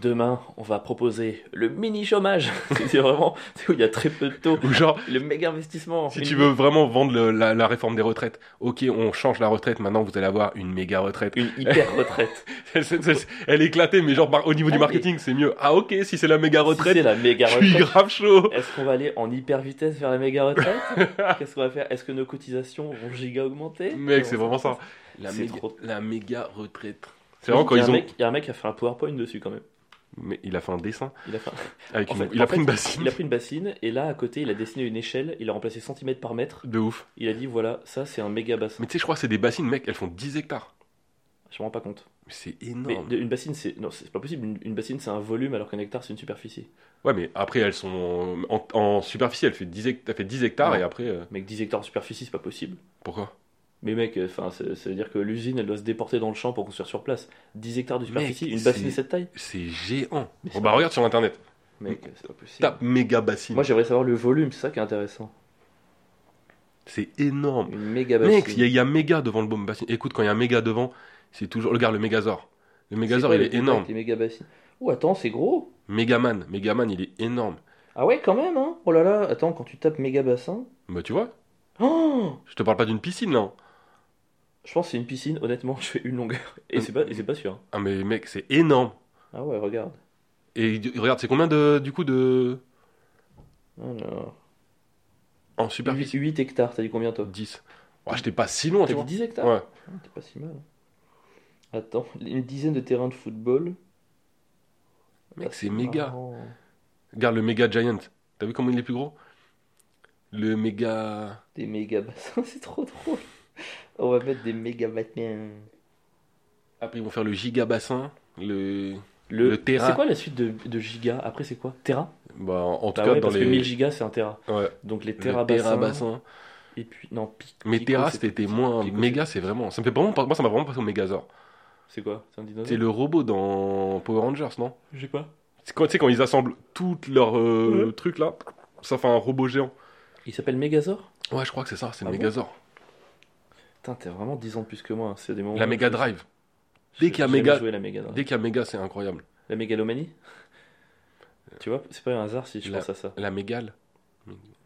S2: demain on va proposer le mini chômage. c'est vraiment c'est où il y a très peu de taux.
S1: ou genre
S2: Le méga investissement.
S1: Si
S2: Une-
S1: tu veux vraiment vendre le- la, la réforme des retraites, ok, on change la retraite, maintenant vous allez avoir une méga retraite.
S2: Une hyper retraite.
S1: Elle, c'est- c'est- elle est éclatée, mais genre par- au niveau
S2: Ah,
S1: du
S2: mais-
S1: marketing, c'est mieux. Ah ok, si c'est la méga
S2: Si
S1: retraite,
S2: c'est la méga
S1: je suis
S2: retraite.
S1: grave chaud.
S2: Est-ce qu'on va aller en hyper vitesse vers la méga retraite Qu'est-ce qu'on va faire Est-ce que nos cotisations vont giga augmenter
S1: Mec, c'est vraiment ça. La
S2: C'est
S1: méga,
S2: trop.
S1: la méga retraite. C'est
S2: Il y,
S1: vraiment quand
S2: a un
S1: ils ont.
S2: mec- il y a un mec qui a fait un PowerPoint dessus quand même.
S1: Mais il a fait un dessin.
S2: Il a, fait un-
S1: Avec
S2: En
S1: une-
S2: fait,
S1: il a
S2: en
S1: pris
S2: fait,
S1: une bassine.
S2: il a pris une bassine et là à côté il a dessiné une échelle, il a remplacé centimètre par mètre.
S1: De ouf.
S2: Il a dit voilà, ça c'est un méga bassin.
S1: Mais tu sais, je crois que c'est des bassines, mec, elles font 10 hectares.
S2: Je me rends pas compte.
S1: Mais c'est
S2: Mais
S1: énorme.
S2: de- une bassine c'est. Non, c'est pas possible. Une, une bassine c'est un volume alors qu'un hectare c'est une superficie.
S1: Ouais, mais après, elles sont. En, en superficie, elle fait 10 hectares, fait 10 hectares
S2: Non.
S1: et après. euh,
S2: Mec, 10 hectares de superficie c'est pas possible.
S1: pourquoi
S2: Mais mec, euh, enfin, ça veut dire que l'usine elle doit se déporter dans le champ pour construire sur place. 10 hectares de
S1: Mec,
S2: superficie, une
S1: c'est-
S2: bassine de cette taille
S1: C'est géant. Bon,
S2: Mais c'est-
S1: bah, regarde sur internet.
S2: Mec, c'est pas possible.
S1: Tape méga bassine.
S2: Moi j'aimerais savoir le volume, c'est ça qui est intéressant.
S1: C'est énorme.
S2: Une méga
S1: Mec,
S2: bassine.
S1: il y, a- il y a méga devant le bombe bassine. Écoute, quand il y a méga devant, c'est toujours. Regarde le mégazord. Le Megazord, il est énorme.
S2: Les méga bassines. Oh, attends, c'est gros.
S1: Megaman, Megaman, il est énorme.
S2: Ah ouais, quand même, hein. Oh là là, attends, quand tu tapes méga bassin.
S1: Bah, tu vois,
S2: Oh
S1: je te parle pas d'une piscine, là. hein.
S2: Je pense que c'est une piscine, honnêtement, je fais une longueur. Et c'est pas, et c'est pas sûr. hein.
S1: Ah, mais mec, c'est énorme.
S2: Ah ouais, regarde.
S1: Et d- regarde, c'est combien de, du coup, de.
S2: Alors.
S1: En superficie
S2: 8, hectares, t'as dit combien toi
S1: 10. Ouais, j'étais pas si loin,
S2: T'as
S1: tu
S2: dit
S1: vois.
S2: 10 hectares
S1: Ouais.
S2: Ah, T'es pas si mal. Attends, une dizaine de terrains de football.
S1: Mec,
S2: Ah,
S1: c'est méga.
S2: marrant.
S1: Regarde le méga giant. T'as vu comment il est plus gros Le méga.
S2: Des méga bassins, c'est trop drôle. On va mettre des méga bassins.
S1: Après, ils vont faire le giga bassin. Le.
S2: Le,
S1: Le terra.
S2: C'est quoi la suite de, de giga Après, c'est quoi Terra
S1: Bah, en en tout
S2: Bah
S1: cas,
S2: ouais,
S1: dans
S2: parce
S1: les.
S2: que 1000 gigas, c'est un terra.
S1: Ouais,
S2: Donc les
S1: le
S2: terra
S1: terra
S2: bassins.
S1: bassin.
S2: Et puis, non, pic.
S1: Mais
S2: pico,
S1: Terra,
S2: c'est-
S1: c'était moins.
S2: Pico,
S1: Méga, c'est vraiment. Ça me fait vraiment. Moi, ça m'a vraiment passé au Megazord.
S2: C'est quoi C'est un
S1: C'est
S2: dinosaure
S1: le robot dans Power Rangers, non
S2: Je sais pas.
S1: C'est quand, tu sais, quand ils assemblent tous leurs euh,
S2: Ouais.
S1: trucs là, ça fait un robot géant.
S2: Il s'appelle Megazord
S1: Ouais, je crois que c'est ça, c'est le
S2: Ah bon
S1: Megazord.
S2: Putain, t'es vraiment 10 ans de plus que moi. hein. C'est des moments.
S1: la Mega Drive.
S2: J'ai
S1: dès qu'il y a
S2: jamais
S1: méga-
S2: joué à la méga. Drive.
S1: Dès qu'il y a Mega, c'est incroyable.
S2: La mégalomanie Tu vois, c'est pas un hasard si je
S1: Euh, La-
S2: pense à ça.
S1: La Mégale,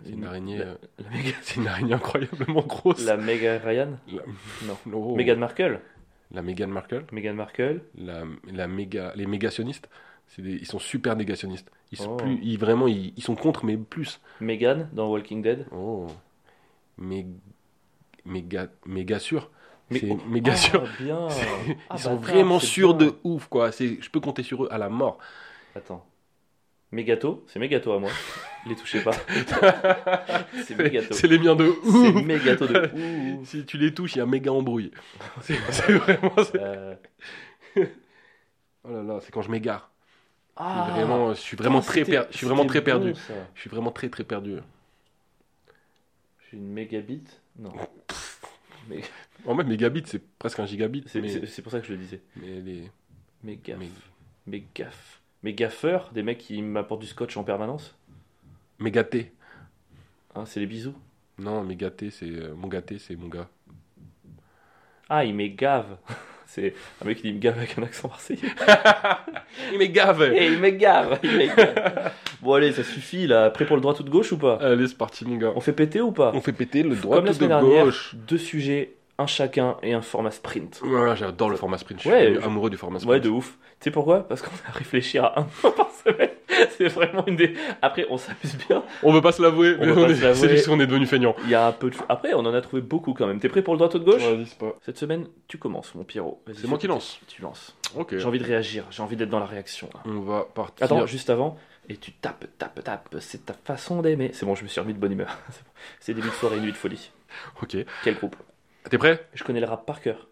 S1: c'est une
S2: Mm. La-
S1: araignée. euh,
S2: La méga,
S1: C'est une araignée incroyablement grosse.
S2: la méga Ryan
S1: Oh.
S2: Meghan Markle
S1: La Meghan Markle.
S2: Meghan Markle
S1: La, la méga, les négationnistes. c'est des- ils sont super négationnistes. Ils sont,
S2: Oh.
S1: plus, ils, vraiment, ils, ils sont contre, mais plus.
S2: Meghan dans Walking Dead
S1: Oh. Mé- méga, méga sûr.
S2: Mais-
S1: C'est méga sûr.
S2: Ah, bien
S1: C'est- Ils
S2: Ah,
S1: sont
S2: bâtard,
S1: vraiment
S2: c'est
S1: sûrs
S2: bien.
S1: de ouf, quoi. C'est- Je peux compter sur eux à la mort.
S2: Attends. Mégato C'est Mégato à moi. Les touchez pas. c'est Mégato.
S1: C'est les miens de
S2: C'est
S1: ouf.
S2: Mégato de ouh.
S1: Si tu les touches, il y a méga embrouille. C'est c'est vraiment. c'est-
S2: Euh,
S1: Oh là là, c'est quand je m'égare. Je suis
S2: Ah,
S1: vraiment, je suis vraiment
S2: putain,
S1: très, per-
S2: c'était-
S1: je suis vraiment
S2: c'était
S1: très perdu.
S2: bon, ça.
S1: Je suis vraiment très très perdu.
S2: J'ai une mégabit Non. Mais-
S1: En vrai, mégabit, c'est presque un gigabit.
S2: C'est
S1: Mais,
S2: c'est- c'est pour ça que je le disais.
S1: mais les-
S2: Mes gaffes.
S1: mais-
S2: Mes gaffes. Mes gaffeurs, des mecs qui m'apportent du scotch en permanence.
S1: mégaté.
S2: Hein, c'est les bisous.
S1: Non, mégaté, c'est euh, mon gâté, c'est mon gars.
S2: Ah, il m'égave. C'est un mec qui dit me gave avec un accent marseillais.
S1: Il m'égave
S2: Et il m'égave. Il m'égave. bon, allez, ça suffit là. Prêt pour le droit tout de gauche ou pas
S1: Allez, c'est parti, mon gars.
S2: On fait péter ou pas
S1: On fait péter le droit
S2: Comme la
S1: tout de
S2: semaine dernière,
S1: gauche.
S2: deux sujets, un chacun et un format sprint.
S1: Ouais, J'adore le format sprint. Je suis
S2: Ouais,
S1: devenu
S2: je-
S1: amoureux du format sprint.
S2: Ouais, de ouf. Tu sais pourquoi Parce qu'on a réfléchi à un fois par semaine. C'est vraiment une des. Après, on s'amuse bien.
S1: On veut pas se l'avouer,
S2: On
S1: mais
S2: veut
S1: on
S2: pas
S1: est-
S2: se l'avouer.
S1: c'est juste qu'on est devenu feignant.
S2: Il y a un peu de. Après, on en a trouvé beaucoup quand même. T'es prêt pour le droit tout de gauche Cette semaine, tu commences, mon Pierrot. Vas-y,
S1: C'est moi
S2: fais
S1: qui
S2: péter.
S1: lance.
S2: Tu lances.
S1: Ok.
S2: J'ai envie de réagir. J'ai envie d'être dans la réaction. là.
S1: On va partir.
S2: Attends, juste avant. Et tu tapes, tapes, tapes. C'est ta façon d'aimer. C'est bon, je me suis remis de bonne humeur. C'est bon. C'est début de soirée, nuit de folie.
S1: Ok.
S2: Quel groupe
S1: T'es prêt
S2: Je connais le rap par cœur.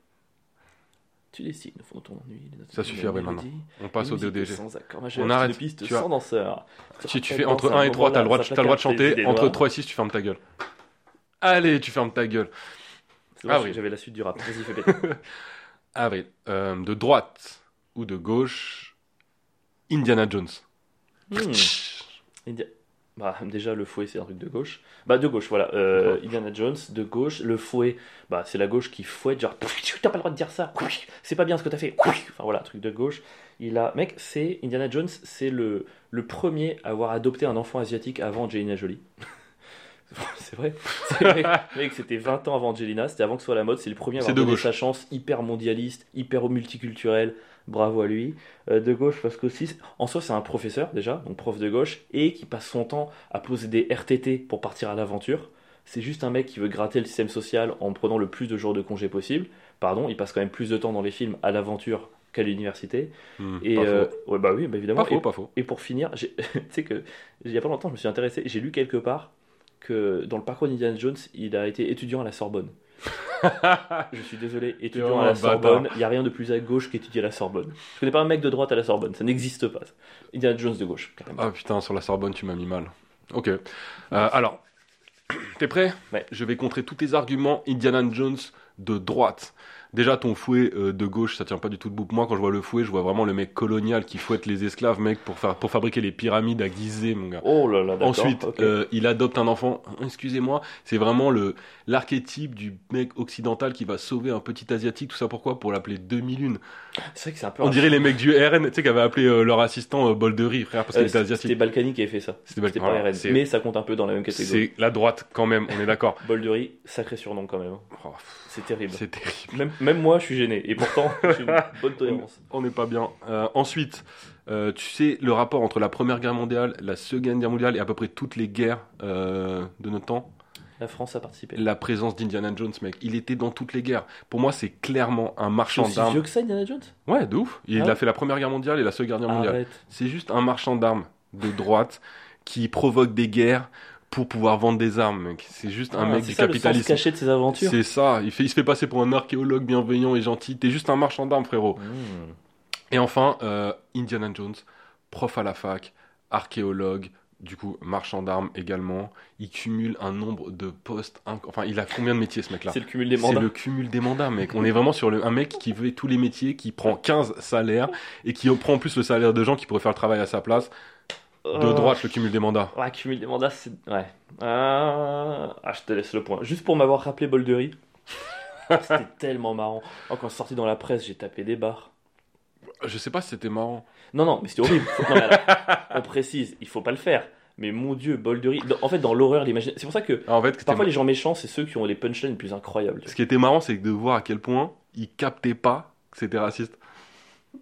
S2: Tu dessines au fond de ton ennui. les notes
S1: Ça
S2: de
S1: suffit,
S2: la
S1: Abril,
S2: mélodie,
S1: On passe
S2: une
S1: au
S2: musique
S1: DDG.
S2: Sans accord majeur,
S1: On
S2: sur une
S1: arrête,
S2: piste
S1: tu vois.
S2: sans danseur.
S1: Si tu fais
S2: Dans
S1: entre
S2: un
S1: 1 et 3,
S2: moment
S1: t'as le droit,
S2: là,
S1: de- t'as le droit de
S2: ça placarde tes
S1: chanter.
S2: idées
S1: Entre
S2: noires.
S1: 3 et 6, tu fermes ta gueule. Allez, tu fermes ta gueule.
S2: C'est bon,
S1: Ah oui.
S2: J'avais la suite du rap. Vas-y, fais péter.
S1: Avril, euh, de droite ou de gauche, Indiana Jones.
S2: Hmm. Indi- Bah, déjà, le fouet, c'est un truc de gauche. Bah, de gauche, voilà. Euh, Indiana Jones, de gauche. Le fouet, bah, c'est la gauche qui fouette, genre, t'as pas le droit de dire ça. C'est pas bien ce que t'as fait. Enfin, voilà, truc de gauche. Il a. Mec, c'est. Indiana Jones, c'est le, le premier à avoir adopté un enfant asiatique avant Angelina Jolie. c'est vrai. C'est vrai. Mec, c'était 20 ans avant Angelina, c'était avant que ce soit la mode. C'est le premier à
S1: C'est
S2: avoir
S1: de
S2: donné
S1: gauche.
S2: sa chance, hyper mondialiste, hyper multiculturel. Bravo à lui. Euh, de gauche, parce qu'aussi, c'est- en soi, c'est un professeur déjà, donc prof de gauche, et qui passe son temps à poser des RTT pour partir à l'aventure. C'est juste un mec qui veut gratter le système social en prenant le plus de jours de congé possible. Pardon, il passe quand même plus de temps dans les films à l'aventure qu'à l'université.
S1: Hmm,
S2: Et
S1: pas faux.
S2: euh, ouais, bah oui, bah évidemment.
S1: pas faux,
S2: Et-
S1: pas faux.
S2: et pour finir, j'ai- tu sais que il y a pas longtemps, je me suis intéressé, j'ai lu quelque part que dans le parcours d'Indiana Jones, il a été étudiant à la Sorbonne. je suis désolé, étudiant
S1: un
S2: à la
S1: Oh, bâtard.
S2: Sorbonne, il n'y a rien de plus à gauche qu'étudier à la Sorbonne. Je connais pas un mec de droite à la Sorbonne, ça n'existe pas. Indiana Jones de gauche, carrément.
S1: Ah putain, sur la Sorbonne, tu m'as mis mal. Ok. Euh, alors, t'es prêt
S2: Ouais.
S1: Je vais contrer tous tes arguments Indiana Jones de droite. Déjà, ton fouet euh, de gauche, ça tient pas du tout debout. Moi, quand je vois le fouet, je vois vraiment le mec colonial qui fouette les esclaves, mec, pour, faire, pour fabriquer les pyramides à Gizeh, mon gars.
S2: Oh là là, d'accord.
S1: Ah. Ensuite,
S2: ok.
S1: euh, il adopte un enfant. Excusez-moi, c'est vraiment le l'archétype du mec occidental qui va sauver un petit asiatique. Tout ça pourquoi Pour l'appeler demi-lune.
S2: c'est vrai que c'est un peu.
S1: On dirait les mecs du RN, tu sais, qui avaient appelé euh, leur assistant euh, bol de riz, frère, parce qu'il
S2: Euh,
S1: était asiatique.
S2: C'était Balkany qui avait fait ça.
S1: C'était Balkany,
S2: C'était pas
S1: voilà,
S2: RN.
S1: c'est-
S2: Mais ça compte un peu dans la même catégorie.
S1: C'est la droite quand même, on est d'accord.
S2: Bol de riz, sacré surnom quand même. hein.
S1: Oh, pff,
S2: C'est terrible.
S1: c'est terrible.
S2: Même, même moi, je suis gêné. Et pourtant, j'ai une bonne tolérance.
S1: On n'est pas bien. Euh, ensuite, euh, tu sais, le rapport entre la Première Guerre mondiale, la Seconde Guerre mondiale et à peu près toutes les guerres euh, de notre temps,
S2: La France a participé.
S1: la présence d'Indiana Jones, mec. Il était dans toutes les guerres. Pour moi, c'est clairement un
S2: C'est
S1: marchand
S2: aussi
S1: d'armes.
S2: vieux que ça, Indiana Jones
S1: Ouais, de ouf. Il
S2: Ah ouais
S1: a fait la Première Guerre mondiale et la Seconde Guerre mondiale.
S2: Arrête.
S1: C'est juste un marchand d'armes de droite qui provoque des guerres pour pouvoir vendre des armes, mec. C'est juste un
S2: Ah,
S1: mec
S2: c'est
S1: du
S2: ça, Le sens
S1: capitalisme.
S2: caché de ses aventures.
S1: C'est ça. Il, fait, il se fait passer pour un archéologue bienveillant et gentil. T'es juste un marchand d'armes, frérot.
S2: Mmh.
S1: Et enfin, euh, Indiana Jones, prof à la fac, archéologue, du coup, marchand d'armes également. Il cumule un nombre de postes. inc- Enfin, il a combien de métiers, ce mec-là
S2: C'est le cumul des
S1: c'est
S2: mandats.
S1: le cumul des mandats, mec. On est vraiment sur le, un mec qui veut tous les métiers, qui prend 15 salaires et qui prend en plus le salaire de gens qui pourraient faire le travail à sa place. De
S2: Oh.
S1: droite, le cumul des mandats.
S2: Ouais, cumul des mandats, c'est. Ouais. Ah, ah, je te laisse le point. Juste pour m'avoir rappelé Boldery. C'était tellement marrant. Oh, quand c'est sorti dans la presse, j'ai tapé des barres.
S1: Je sais pas si c'était marrant.
S2: Non, non, mais c'était horrible. Faut- non, mais alors, on précise, il faut pas le faire. Mais mon dieu, Boldery. Dans- En fait, dans l'horreur, l'imagination. C'est pour ça que
S1: Ah, en fait, ce qui
S2: parfois
S1: était-
S2: les gens méchants, c'est ceux qui ont les punchlines les plus incroyables. tu
S1: ce qui était marrant, c'est de voir à quel point ils captaient pas que c'était raciste.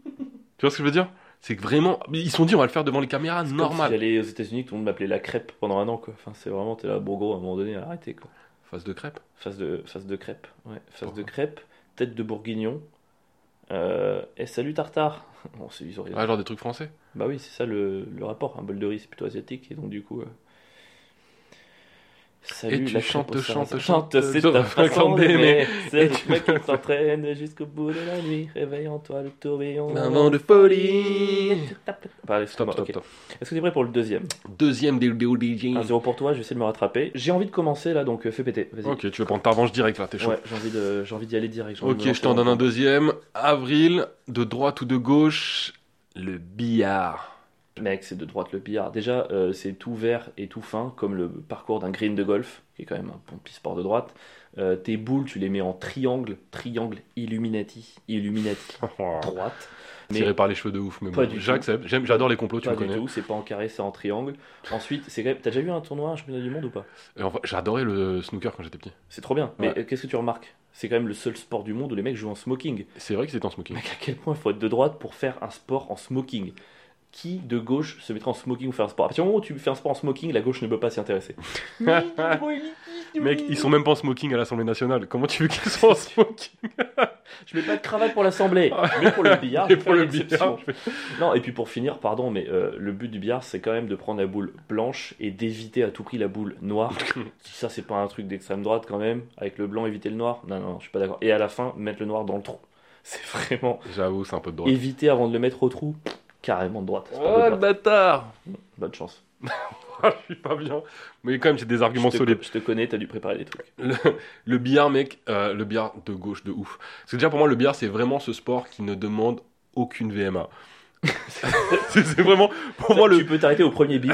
S1: tu vois ce que je veux dire C'est que vraiment, mais ils se sont dit, on va le faire devant les caméras,
S2: vois. Comme Si
S1: normal.
S2: J'allais aux États-Unis, tout le monde m'appelait la crêpe pendant un an, quoi. Enfin, c'est vraiment, t'es là, bon gros, à un moment donné, arrêtez, quoi.
S1: Face de crêpe.
S2: Face de, face de crêpe. Ouais, face
S1: Pourquoi
S2: de crêpe, tête de bourguignon. Euh, et salut tartare. Bon, c'est ils ont rien.
S1: Ah, genre des trucs français.
S2: Bah oui, c'est ça le, le rapport. Un bol de riz, c'est plutôt asiatique. Et donc, du coup. euh, Salut,
S1: tu
S2: la
S1: chantes,
S2: crêpe au
S1: chantes,
S2: sarrasin.
S1: chantes,
S2: c'est
S1: sauf
S2: ta façon
S1: quand t'es
S2: d'aimer. C'est
S1: Et
S2: le
S1: tu-
S2: mec qui s'entraîne jusqu'au bout de la nuit. Réveille-en-toi le tourbillon.
S1: Un vent de folie.
S2: Bah, allez,
S1: Stop,
S2: excuse-moi,
S1: stop,
S2: ok.
S1: stop.
S2: Est-ce que t'es prêt pour le deuxième
S1: Deuxième des des- des- des-
S2: 1-0 pour toi, je vais essayer de me rattraper. J'ai envie de commencer là, donc euh, fais péter. Vas-y.
S1: Ok, tu veux prendre ta revanche direct là, t'es chaud.
S2: Ouais, j'ai envie de- j'ai envie d'y aller direct. j'ai envie de me
S1: Ok, je
S2: lancer
S1: t'en
S2: dans-
S1: donne un deuxième. Avril, de droite ou de gauche, le billard.
S2: Mec, c'est de droite le billard. Déjà, euh, c'est tout vert et tout fin, comme le parcours d'un green de golf, qui est quand même un bon petit sport de droite. Euh, tes boules, tu les mets en triangle, triangle Illuminati, Illuminati, droite. Mais
S1: Tiré par les cheveux de ouf, mais
S2: Pas
S1: bon,
S2: du tout.
S1: j'accepte. J'aime, j'adore les complots, tu
S2: pas
S1: me
S2: du
S1: connais.
S2: tout, c'est pas en carré, c'est en triangle. Ensuite, c'est quand même. T'as déjà vu un tournoi, un championnat du monde ou pas
S1: Et en vrai, j'adorais le snooker quand j'étais petit.
S2: C'est trop bien.
S1: Ouais.
S2: Mais euh, qu'est-ce que tu remarques C'est quand même le seul sport du monde où les mecs jouent en smoking.
S1: C'est vrai que c'était en smoking.
S2: Mec, à quel point il faut être de droite pour faire un sport en smoking Qui de gauche se mettrait en smoking pour faire un sport À partir du moment où tu fais un sport en smoking, la gauche ne peut pas s'y intéresser.
S1: Mec, ils sont même pas en smoking à l'Assemblée nationale. Comment tu veux qu'ils soient en smoking
S2: Je mets pas de cravate pour l'assemblée, mais pour le billard,
S1: Et
S2: je vais
S1: pour
S2: faire
S1: le
S2: une exception.
S1: billard je fais-
S2: Non, et puis pour finir, pardon, mais euh, le but du billard, c'est quand même de prendre la boule blanche et d'éviter à tout prix la boule noire. Si ça, c'est pas un truc d'extrême droite quand même, avec le blanc, éviter le noir. Non, non, je suis pas d'accord. Et à la fin, mettre le noir dans le trou. C'est vraiment
S1: J'avoue, c'est un peu de droite.
S2: éviter avant de le mettre au trou. Carrément de droite. c'est pas de droite.
S1: bah- bâtard
S2: Bonne chance.
S1: Ah, Je suis pas bien. Mais quand même, j'ai des arguments
S2: je,
S1: solides.
S2: te, je te connais, t'as dû préparer des trucs.
S1: Le, le billard, mec, euh, le billard de gauche, de ouf. Parce que déjà, pour moi, le billard, c'est vraiment ce sport qui ne demande aucune VMA. c'est c'est vraiment, pour moi,
S2: Tu
S1: le,
S2: peux t'arrêter au premier bip.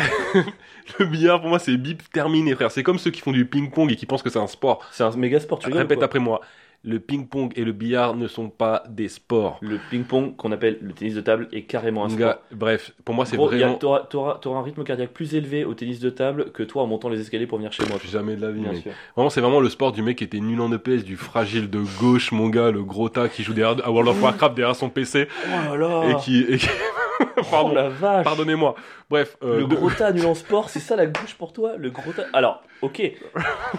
S1: le billard, pour moi, c'est bip terminé, frère. C'est comme ceux qui font du ping-pong et qui pensent que c'est un sport.
S2: C'est un méga sport, tu rigoles,
S1: Répète
S2: quoi.
S1: après moi. Le ping-pong et le billard ne sont pas des sports.
S2: Le ping-pong qu'on appelle le tennis de table est carrément un
S1: Mon
S2: sport.
S1: gars, bref, pour moi, c'est
S2: Gros, il y a-
S1: vraiment.
S2: T'auras t'auras- t'auras un rythme cardiaque plus élevé au tennis de table que toi en montant les escaliers pour venir chez moi.
S1: Plus jamais de la vie,
S2: Bien
S1: mec.
S2: sûr.
S1: Vraiment, c'est vraiment le sport du mec qui était nul en EPS, du fragile de gauche, mon gars, le gros tas qui joue derrière, à World of Warcraft derrière son PC
S2: Oh là là
S1: et qui. et qui- Pardon.
S2: Oh la vache
S1: Pardonnez-moi. Bref, euh,
S2: Le
S1: de-
S2: gros tas nul en sport, c'est ça la gauche pour toi Le gros tas. Alors, ok.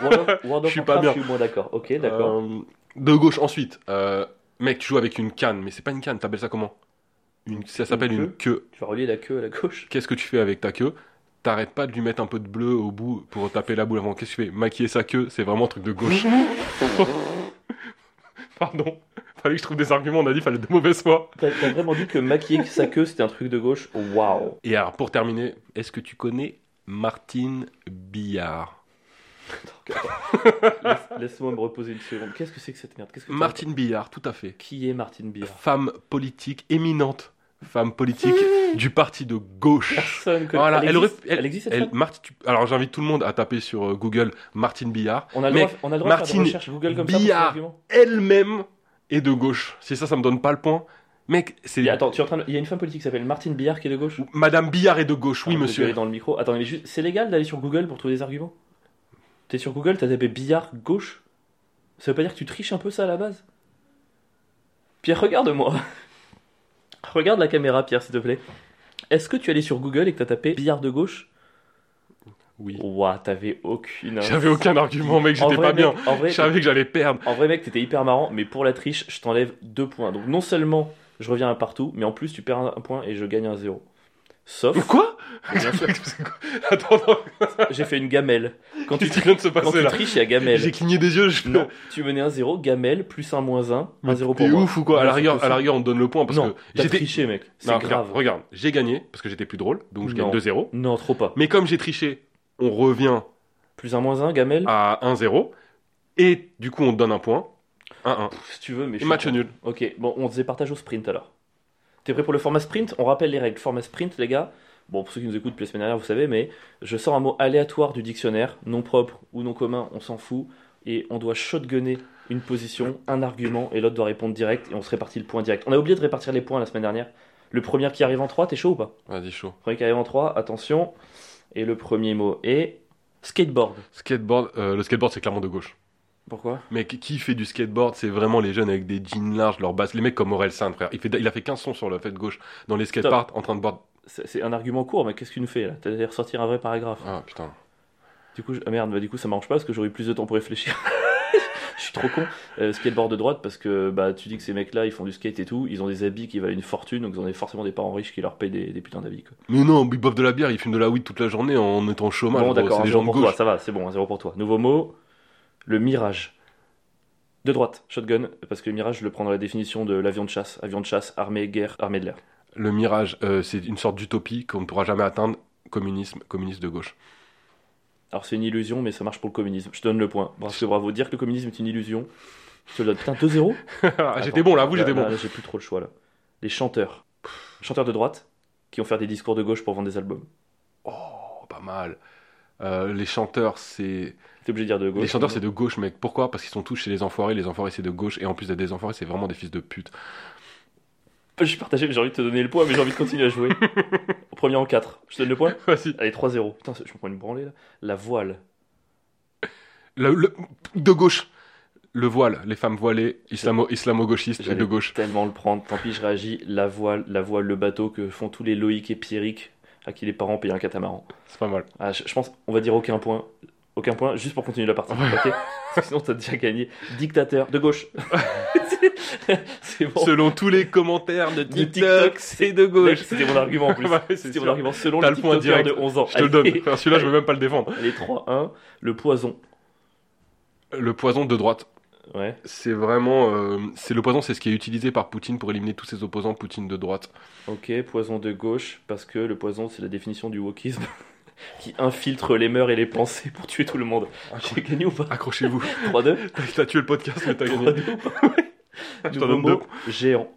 S2: World of, World of
S1: Je suis
S2: Warcraft,
S1: pas bien.
S2: je suis moins d'accord. Ok, d'accord.
S1: euh, de gauche ensuite. euh, mec, tu joues avec une canne, mais c'est pas une canne, t'appelles ça comment une, Ça s'appelle
S2: Une
S1: une queue.
S2: Tu vas relier la queue à la gauche.
S1: Qu'est-ce que tu fais avec ta queue T'arrêtes pas de lui mettre un peu de bleu au bout pour taper la boule avant. Qu'est-ce que tu fais Maquiller sa queue, c'est vraiment un truc de gauche. Pardon. Fallait que je trouve des arguments, on a dit fallait de mauvaise foi.
S2: T'as t'as vraiment dit que maquiller sa queue, c'était un truc de gauche Waouh
S1: Et alors, pour terminer, est-ce que tu connais Martine Billard
S2: Laisse- Laisse-moi me reposer une seconde. Qu'est-ce que c'est que cette merde Qu'est-ce que t'as-
S1: Martine Billard, tout à fait.
S2: Qui est Martine Billard
S1: Femme politique éminente, femme politique du parti de gauche.
S2: Personne connaît.
S1: Voilà,
S2: elle,
S1: elle
S2: existe,
S1: aurait- elle-
S2: elle existe, cette
S1: Elle-
S2: femme
S1: Marti- tu- alors j'invite tout le monde à taper sur euh, Google Martine Billard.
S2: On a le
S1: Mais
S2: droit, on a le droit de faire
S1: Martine
S2: des recherches Google comme ça pour
S1: Billard.
S2: son argument.
S1: Elle-même est de gauche. Si ça, ça me donne pas le point. Mec, c'est.
S2: Et Attends, tu es en train de- il y a une femme politique qui s'appelle Martine Billard qui est de gauche
S1: Madame Billard est de gauche, oui
S2: Arrête de gueuler
S1: monsieur.
S2: dans le micro. Attends, Ah, mais juste, c'est légal d'aller sur Google pour trouver des arguments T'es sur Google, t'as tapé billard gauche Ça veut pas dire que tu triches un peu ça à la base Pierre, regarde-moi. Regarde la caméra, Pierre, s'il te plaît. Est-ce que tu es allé sur Google et que t'as tapé billard de gauche
S1: Oui.
S2: Ouah, t'avais aucune.
S1: J'avais aucun argument, mec, j'étais pas bien.
S2: En vrai,
S1: Je savais que j'allais perdre.
S2: en vrai, mec, t'étais hyper marrant, mais pour la triche, je t'enlève deux points. Donc non seulement je reviens à partout, mais en plus tu perds un un point et je gagne un zéro. Sauf,
S1: Quoi
S2: bien sûr,
S1: Attends, attends,
S2: j'ai fait une gamelle. Quand tu
S1: qu'est-ce qui vient de se
S2: Quand
S1: passer
S2: tu
S1: là
S2: triches, il y a
S1: J'ai
S2: Gamel.
S1: cligné des yeux, je
S2: Non, tu menais un 0, Gamel, plus 1, moins 1,
S1: Mais
S2: un 0 pour
S1: T'es
S2: moi.
S1: ouf ou quoi à la,
S2: Non,
S1: rigueur,
S2: c'est
S1: à la rigueur, on me donne le point parce
S2: non,
S1: que
S2: t'as
S1: j'étais.
S2: triché, mec. C'est
S1: Non,
S2: grave.
S1: Regarde, regarde, j'ai gagné parce que j'étais plus drôle, donc je gagne
S2: Non.
S1: 2-0.
S2: Non, trop pas.
S1: Mais comme j'ai triché, on revient
S2: Plus 1, moins 1, Gamel.
S1: à 1-0. Et du coup, on te donne un point. 1-1.
S2: Pff, si tu veux, mais
S1: Et
S2: je
S1: match
S2: suis
S1: nul.
S2: con. Ok, bon, on faisait partage au sprint alors. T'es prêt pour le format sprint On rappelle les règles. Format sprint, les gars. Bon, pour ceux qui nous écoutent depuis la semaine dernière, vous savez, mais je sors un mot aléatoire du dictionnaire, non propre ou non commun, on s'en fout. Et on doit shotgunner une position, un argument, et l'autre doit répondre direct, et on se répartit le point direct. On a oublié de répartir les points la semaine dernière. Le premier qui arrive en 3, t'es chaud ou pas
S1: Vas-y, chaud.
S2: Premier qui arrive en 3, attention. Et le premier mot est skateboard.
S1: Skateboard, euh, le skateboard, c'est clairement de gauche.
S2: Pourquoi
S1: Mais qui- qui fait du skateboard C'est vraiment les jeunes avec des jeans larges, leurs basses. Les mecs comme Aurel Saint, frère. Il, fait, il a fait 15 sons sur la fête gauche dans les skateparks en train de boire.
S2: C'est c'est un argument court, mais qu'est-ce que tu nous fais là T'allais ressortir un vrai paragraphe.
S1: Ah putain.
S2: Du coup, je- ah merde, bah, du coup ça m'arrange pas parce que j'aurais eu plus de temps pour réfléchir. Je suis trop con. Euh, skateboard de droite parce que bah tu dis que ces mecs-là ils font du skate et tout, ils ont des habits qui valent une fortune, donc ils ont des- forcément des parents riches qui leur payent des, des putains d'habits. quoi.
S1: Mais non, ils boivent de la bière, ils fument de la weed toute la journée en étant au chômage.
S2: bon
S1: gros.
S2: d'accord,
S1: c'est
S2: un
S1: des
S2: zéro
S1: gens de
S2: pour toi,
S1: gauche.
S2: ça va, c'est bon, un zéro pour toi. Nouveau mot, le mirage. De droite, shotgun, parce que le mirage je le prends dans la définition de l'avion de chasse. Avion de chasse, armée, guerre, armée de l'air.
S1: Le mirage, euh, c'est une sorte d'utopie qu'on ne pourra jamais atteindre. Communisme, communiste de gauche.
S2: Alors c'est une illusion, mais ça marche pour le communisme. Je te donne le point. Parce que bravo, dire que le communisme est une illusion. Je te le donne. Putain, 2-0
S1: Ah, j'étais bon là, vous
S2: Là,
S1: j'étais
S2: là,
S1: bon.
S2: là, J'ai plus trop le choix là. Les chanteurs. Chanteurs de droite qui vont faire des discours de gauche pour vendre des albums.
S1: Oh, pas mal. Euh, les chanteurs, c'est.
S2: T'es obligé de dire de gauche.
S1: Les chanteurs, c'est de gauche, mec. Pourquoi Parce qu'ils sont tous chez les enfoirés. Les enfoirés, c'est de gauche. Et en plus d'être des enfoirés, c'est vraiment des fils de pute.
S2: Je suis partagé, mais Ah, j'ai envie de te donner le point, mais j'ai envie de continuer à jouer. Au Premier en 4. Je te donne le point
S1: Vas-y.
S2: Allez, 3-0. Putain, je me prends une branlée là. La voile.
S1: Le- le- de gauche. Le voile, les femmes voilées, islamo, islamo-gauchistes et
S2: J'allais
S1: de gauche.
S2: tellement le prendre. Tant pis, je réagis. La voile, la voile, le bateau que font tous les Loïc et Pierrick à qui les parents payent un catamaran.
S1: C'est pas mal.
S2: Ah, je, je pense, on va dire aucun point. Aucun point, juste pour continuer la partie.
S1: Ouais.
S2: ok Parce que sinon, t'as déjà gagné. Dictateur de gauche. c'est bon.
S1: Selon tous les commentaires de
S2: Du
S1: TikTok,
S2: TikTok,
S1: c'est de gauche.
S2: C'était mon argument en plus.
S1: Bah oui, c'est
S2: C'était mon
S1: sûr.
S2: argument selon
S1: T'as
S2: le
S1: le point
S2: TikToker
S1: direct.
S2: de 11 ans.
S1: Je te le donne.
S2: Allez,
S1: Enfin, Celui-là, je veux même pas le défendre.
S2: Allez, 3-1. Le poison.
S1: Le poison de droite.
S2: Ouais.
S1: C'est vraiment. euh, c'est le poison, c'est ce qui est utilisé par Poutine pour éliminer tous ses opposants Poutine de droite.
S2: Ok, poison de gauche, parce que le poison, c'est la définition du wokisme qui infiltre les mœurs et les pensées pour tuer tout le monde. J'ai gagné ou pas
S1: Accrochez-vous.
S2: 3-2
S1: T'as- T'as tué le podcast, mais t'as gagné.
S2: 3-2 ou pas
S1: Je t'en
S2: Nouveau
S1: donne deux.
S2: mot, géant.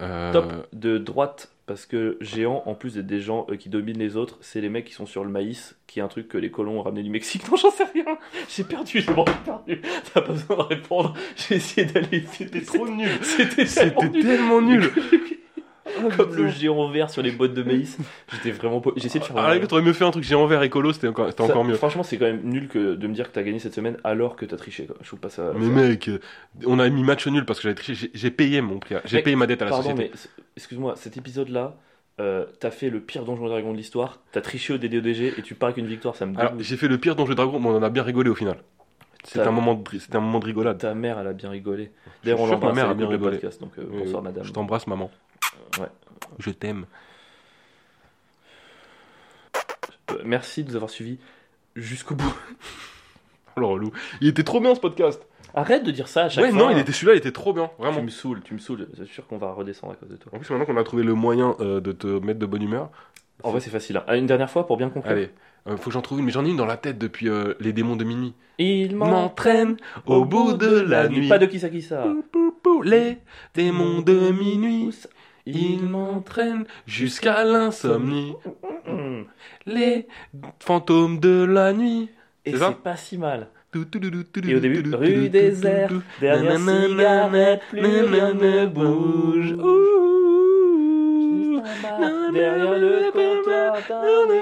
S1: Euh,
S2: top de droite parce que géant en plus d'être des gens euh, qui dominent les autres c'est les mecs qui sont sur le maïs qui est un truc que les colons ont ramené du Mexique non j'en sais rien j'ai perdu j'ai vraiment perdu t'as pas besoin de répondre j'ai essayé d'aller c'était
S1: nul.
S2: c'était tellement
S1: C'était
S2: nul.
S1: tellement nul.
S2: comme le géant vert sur les bottes de maïs j'étais vraiment pas- j'ai essayé de faire
S1: Ah, t'aurais mieux fait un truc géant vert écolo, c'était encore, c'était
S2: Ça-
S1: encore mieux.
S2: franchement c'est quand même nul que de me dire que t'as gagné cette semaine alors que t'as triché quoi. je trouve pas ça
S1: Mais mec, euh, on a mis match nul parce que j'avais triché. J'ai- J'ai payé mon prix. J'ai
S2: Mec,
S1: payé ma dette à la
S2: Pardon,
S1: société.
S2: mais c- excuse-moi, cet épisode-là, euh, t'as fait le pire Donjon et Dragon de l'histoire, t'as triché au DDDG et tu pars avec une victoire, ça me
S1: Alors,
S2: dégoûte.
S1: j'ai fait le pire Donjeu Dragon, mais on en a bien rigolé au final. C'était
S2: Ta-
S1: un moment de, c'était un moment de rigolade.
S2: Ta mère, elle a bien rigolé.
S1: Je
S2: D'ailleurs,
S1: suis
S2: on
S1: sûr que
S2: l'embrasse,
S1: ma mère
S2: elle
S1: a bien
S2: écoute le
S1: rigolé.
S2: podcast, donc euh,
S1: Oui,
S2: bonsoir
S1: oui.
S2: madame.
S1: Je t'embrasse, maman.
S2: Ouais.
S1: Je t'aime.
S2: Euh, merci de nous avoir suivis jusqu'au bout.
S1: Oh, le relou. Il était trop bien ce podcast.
S2: Arrête de dire ça à chaque
S1: Ouais,
S2: fois.
S1: non, il était celui-là, il était trop bien,
S2: Tu
S1: vraiment.
S2: me saoules, tu me saoules, c'est sûr qu'on va redescendre à cause de toi.
S1: En plus, maintenant qu'on a trouvé le moyen euh, de te mettre de bonne humeur,
S2: En vrai, c'est facile. hein. Ah, Une dernière fois pour bien conclure.
S1: Allez, euh, faut que j'en trouve une, mais j'en ai une dans la tête depuis euh, Les démons de minuit.
S2: Il
S1: M'entraîne au bout de la nuit.
S2: Pas de qui ça qui ça.
S1: Pou, pou, pou, les démons de minuit. Ils m'entraînent jusqu'à l'insomnie.
S2: Mm.
S1: Les fantômes de la nuit.
S2: Et
S1: C'est
S2: c'est
S1: ça
S2: pas si mal.
S1: Et
S2: Et au début, rue désert, dernière cigarette, plus rien ne bouge.
S1: Ouh.
S2: Ouh. Derrière le comptoir, d'un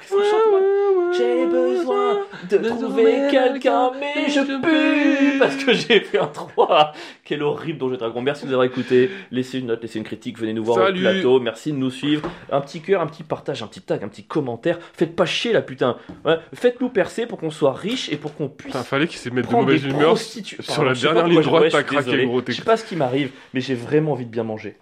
S2: Qu'est-ce qu'on chante, moi J'ai besoin de
S1: De
S2: trouver
S1: trouver quelqu'un,
S2: quelqu'un, mais je pue parce que j'ai fait un 3. Quel horrible Donjons et Dragons. Merci de nous avoir écoutés. Laissez une note, laissez une critique, venez nous voir
S1: Salut.
S2: au plateau. Merci de nous suivre. Un petit cœur, un petit partage, un petit tag, un petit commentaire. Faites pas chier la putain. Ouais, Faites-nous percer pour qu'on soit riche et pour qu'on puisse.
S1: Putain, fallait qu'il s'y mette de
S2: prendre
S1: mauvaise
S2: des
S1: humeur.
S2: prostituées.
S1: sur
S2: Pardon,
S1: la
S2: je sais pas
S1: dernière
S2: pourquoi
S1: ligne droite,
S2: je- ouais, je
S1: t'as
S2: suis
S1: craqué,
S2: désolé.
S1: gros, t'es-
S2: Je sais pas ce qui m'arrive, mais j'ai vraiment envie de bien manger.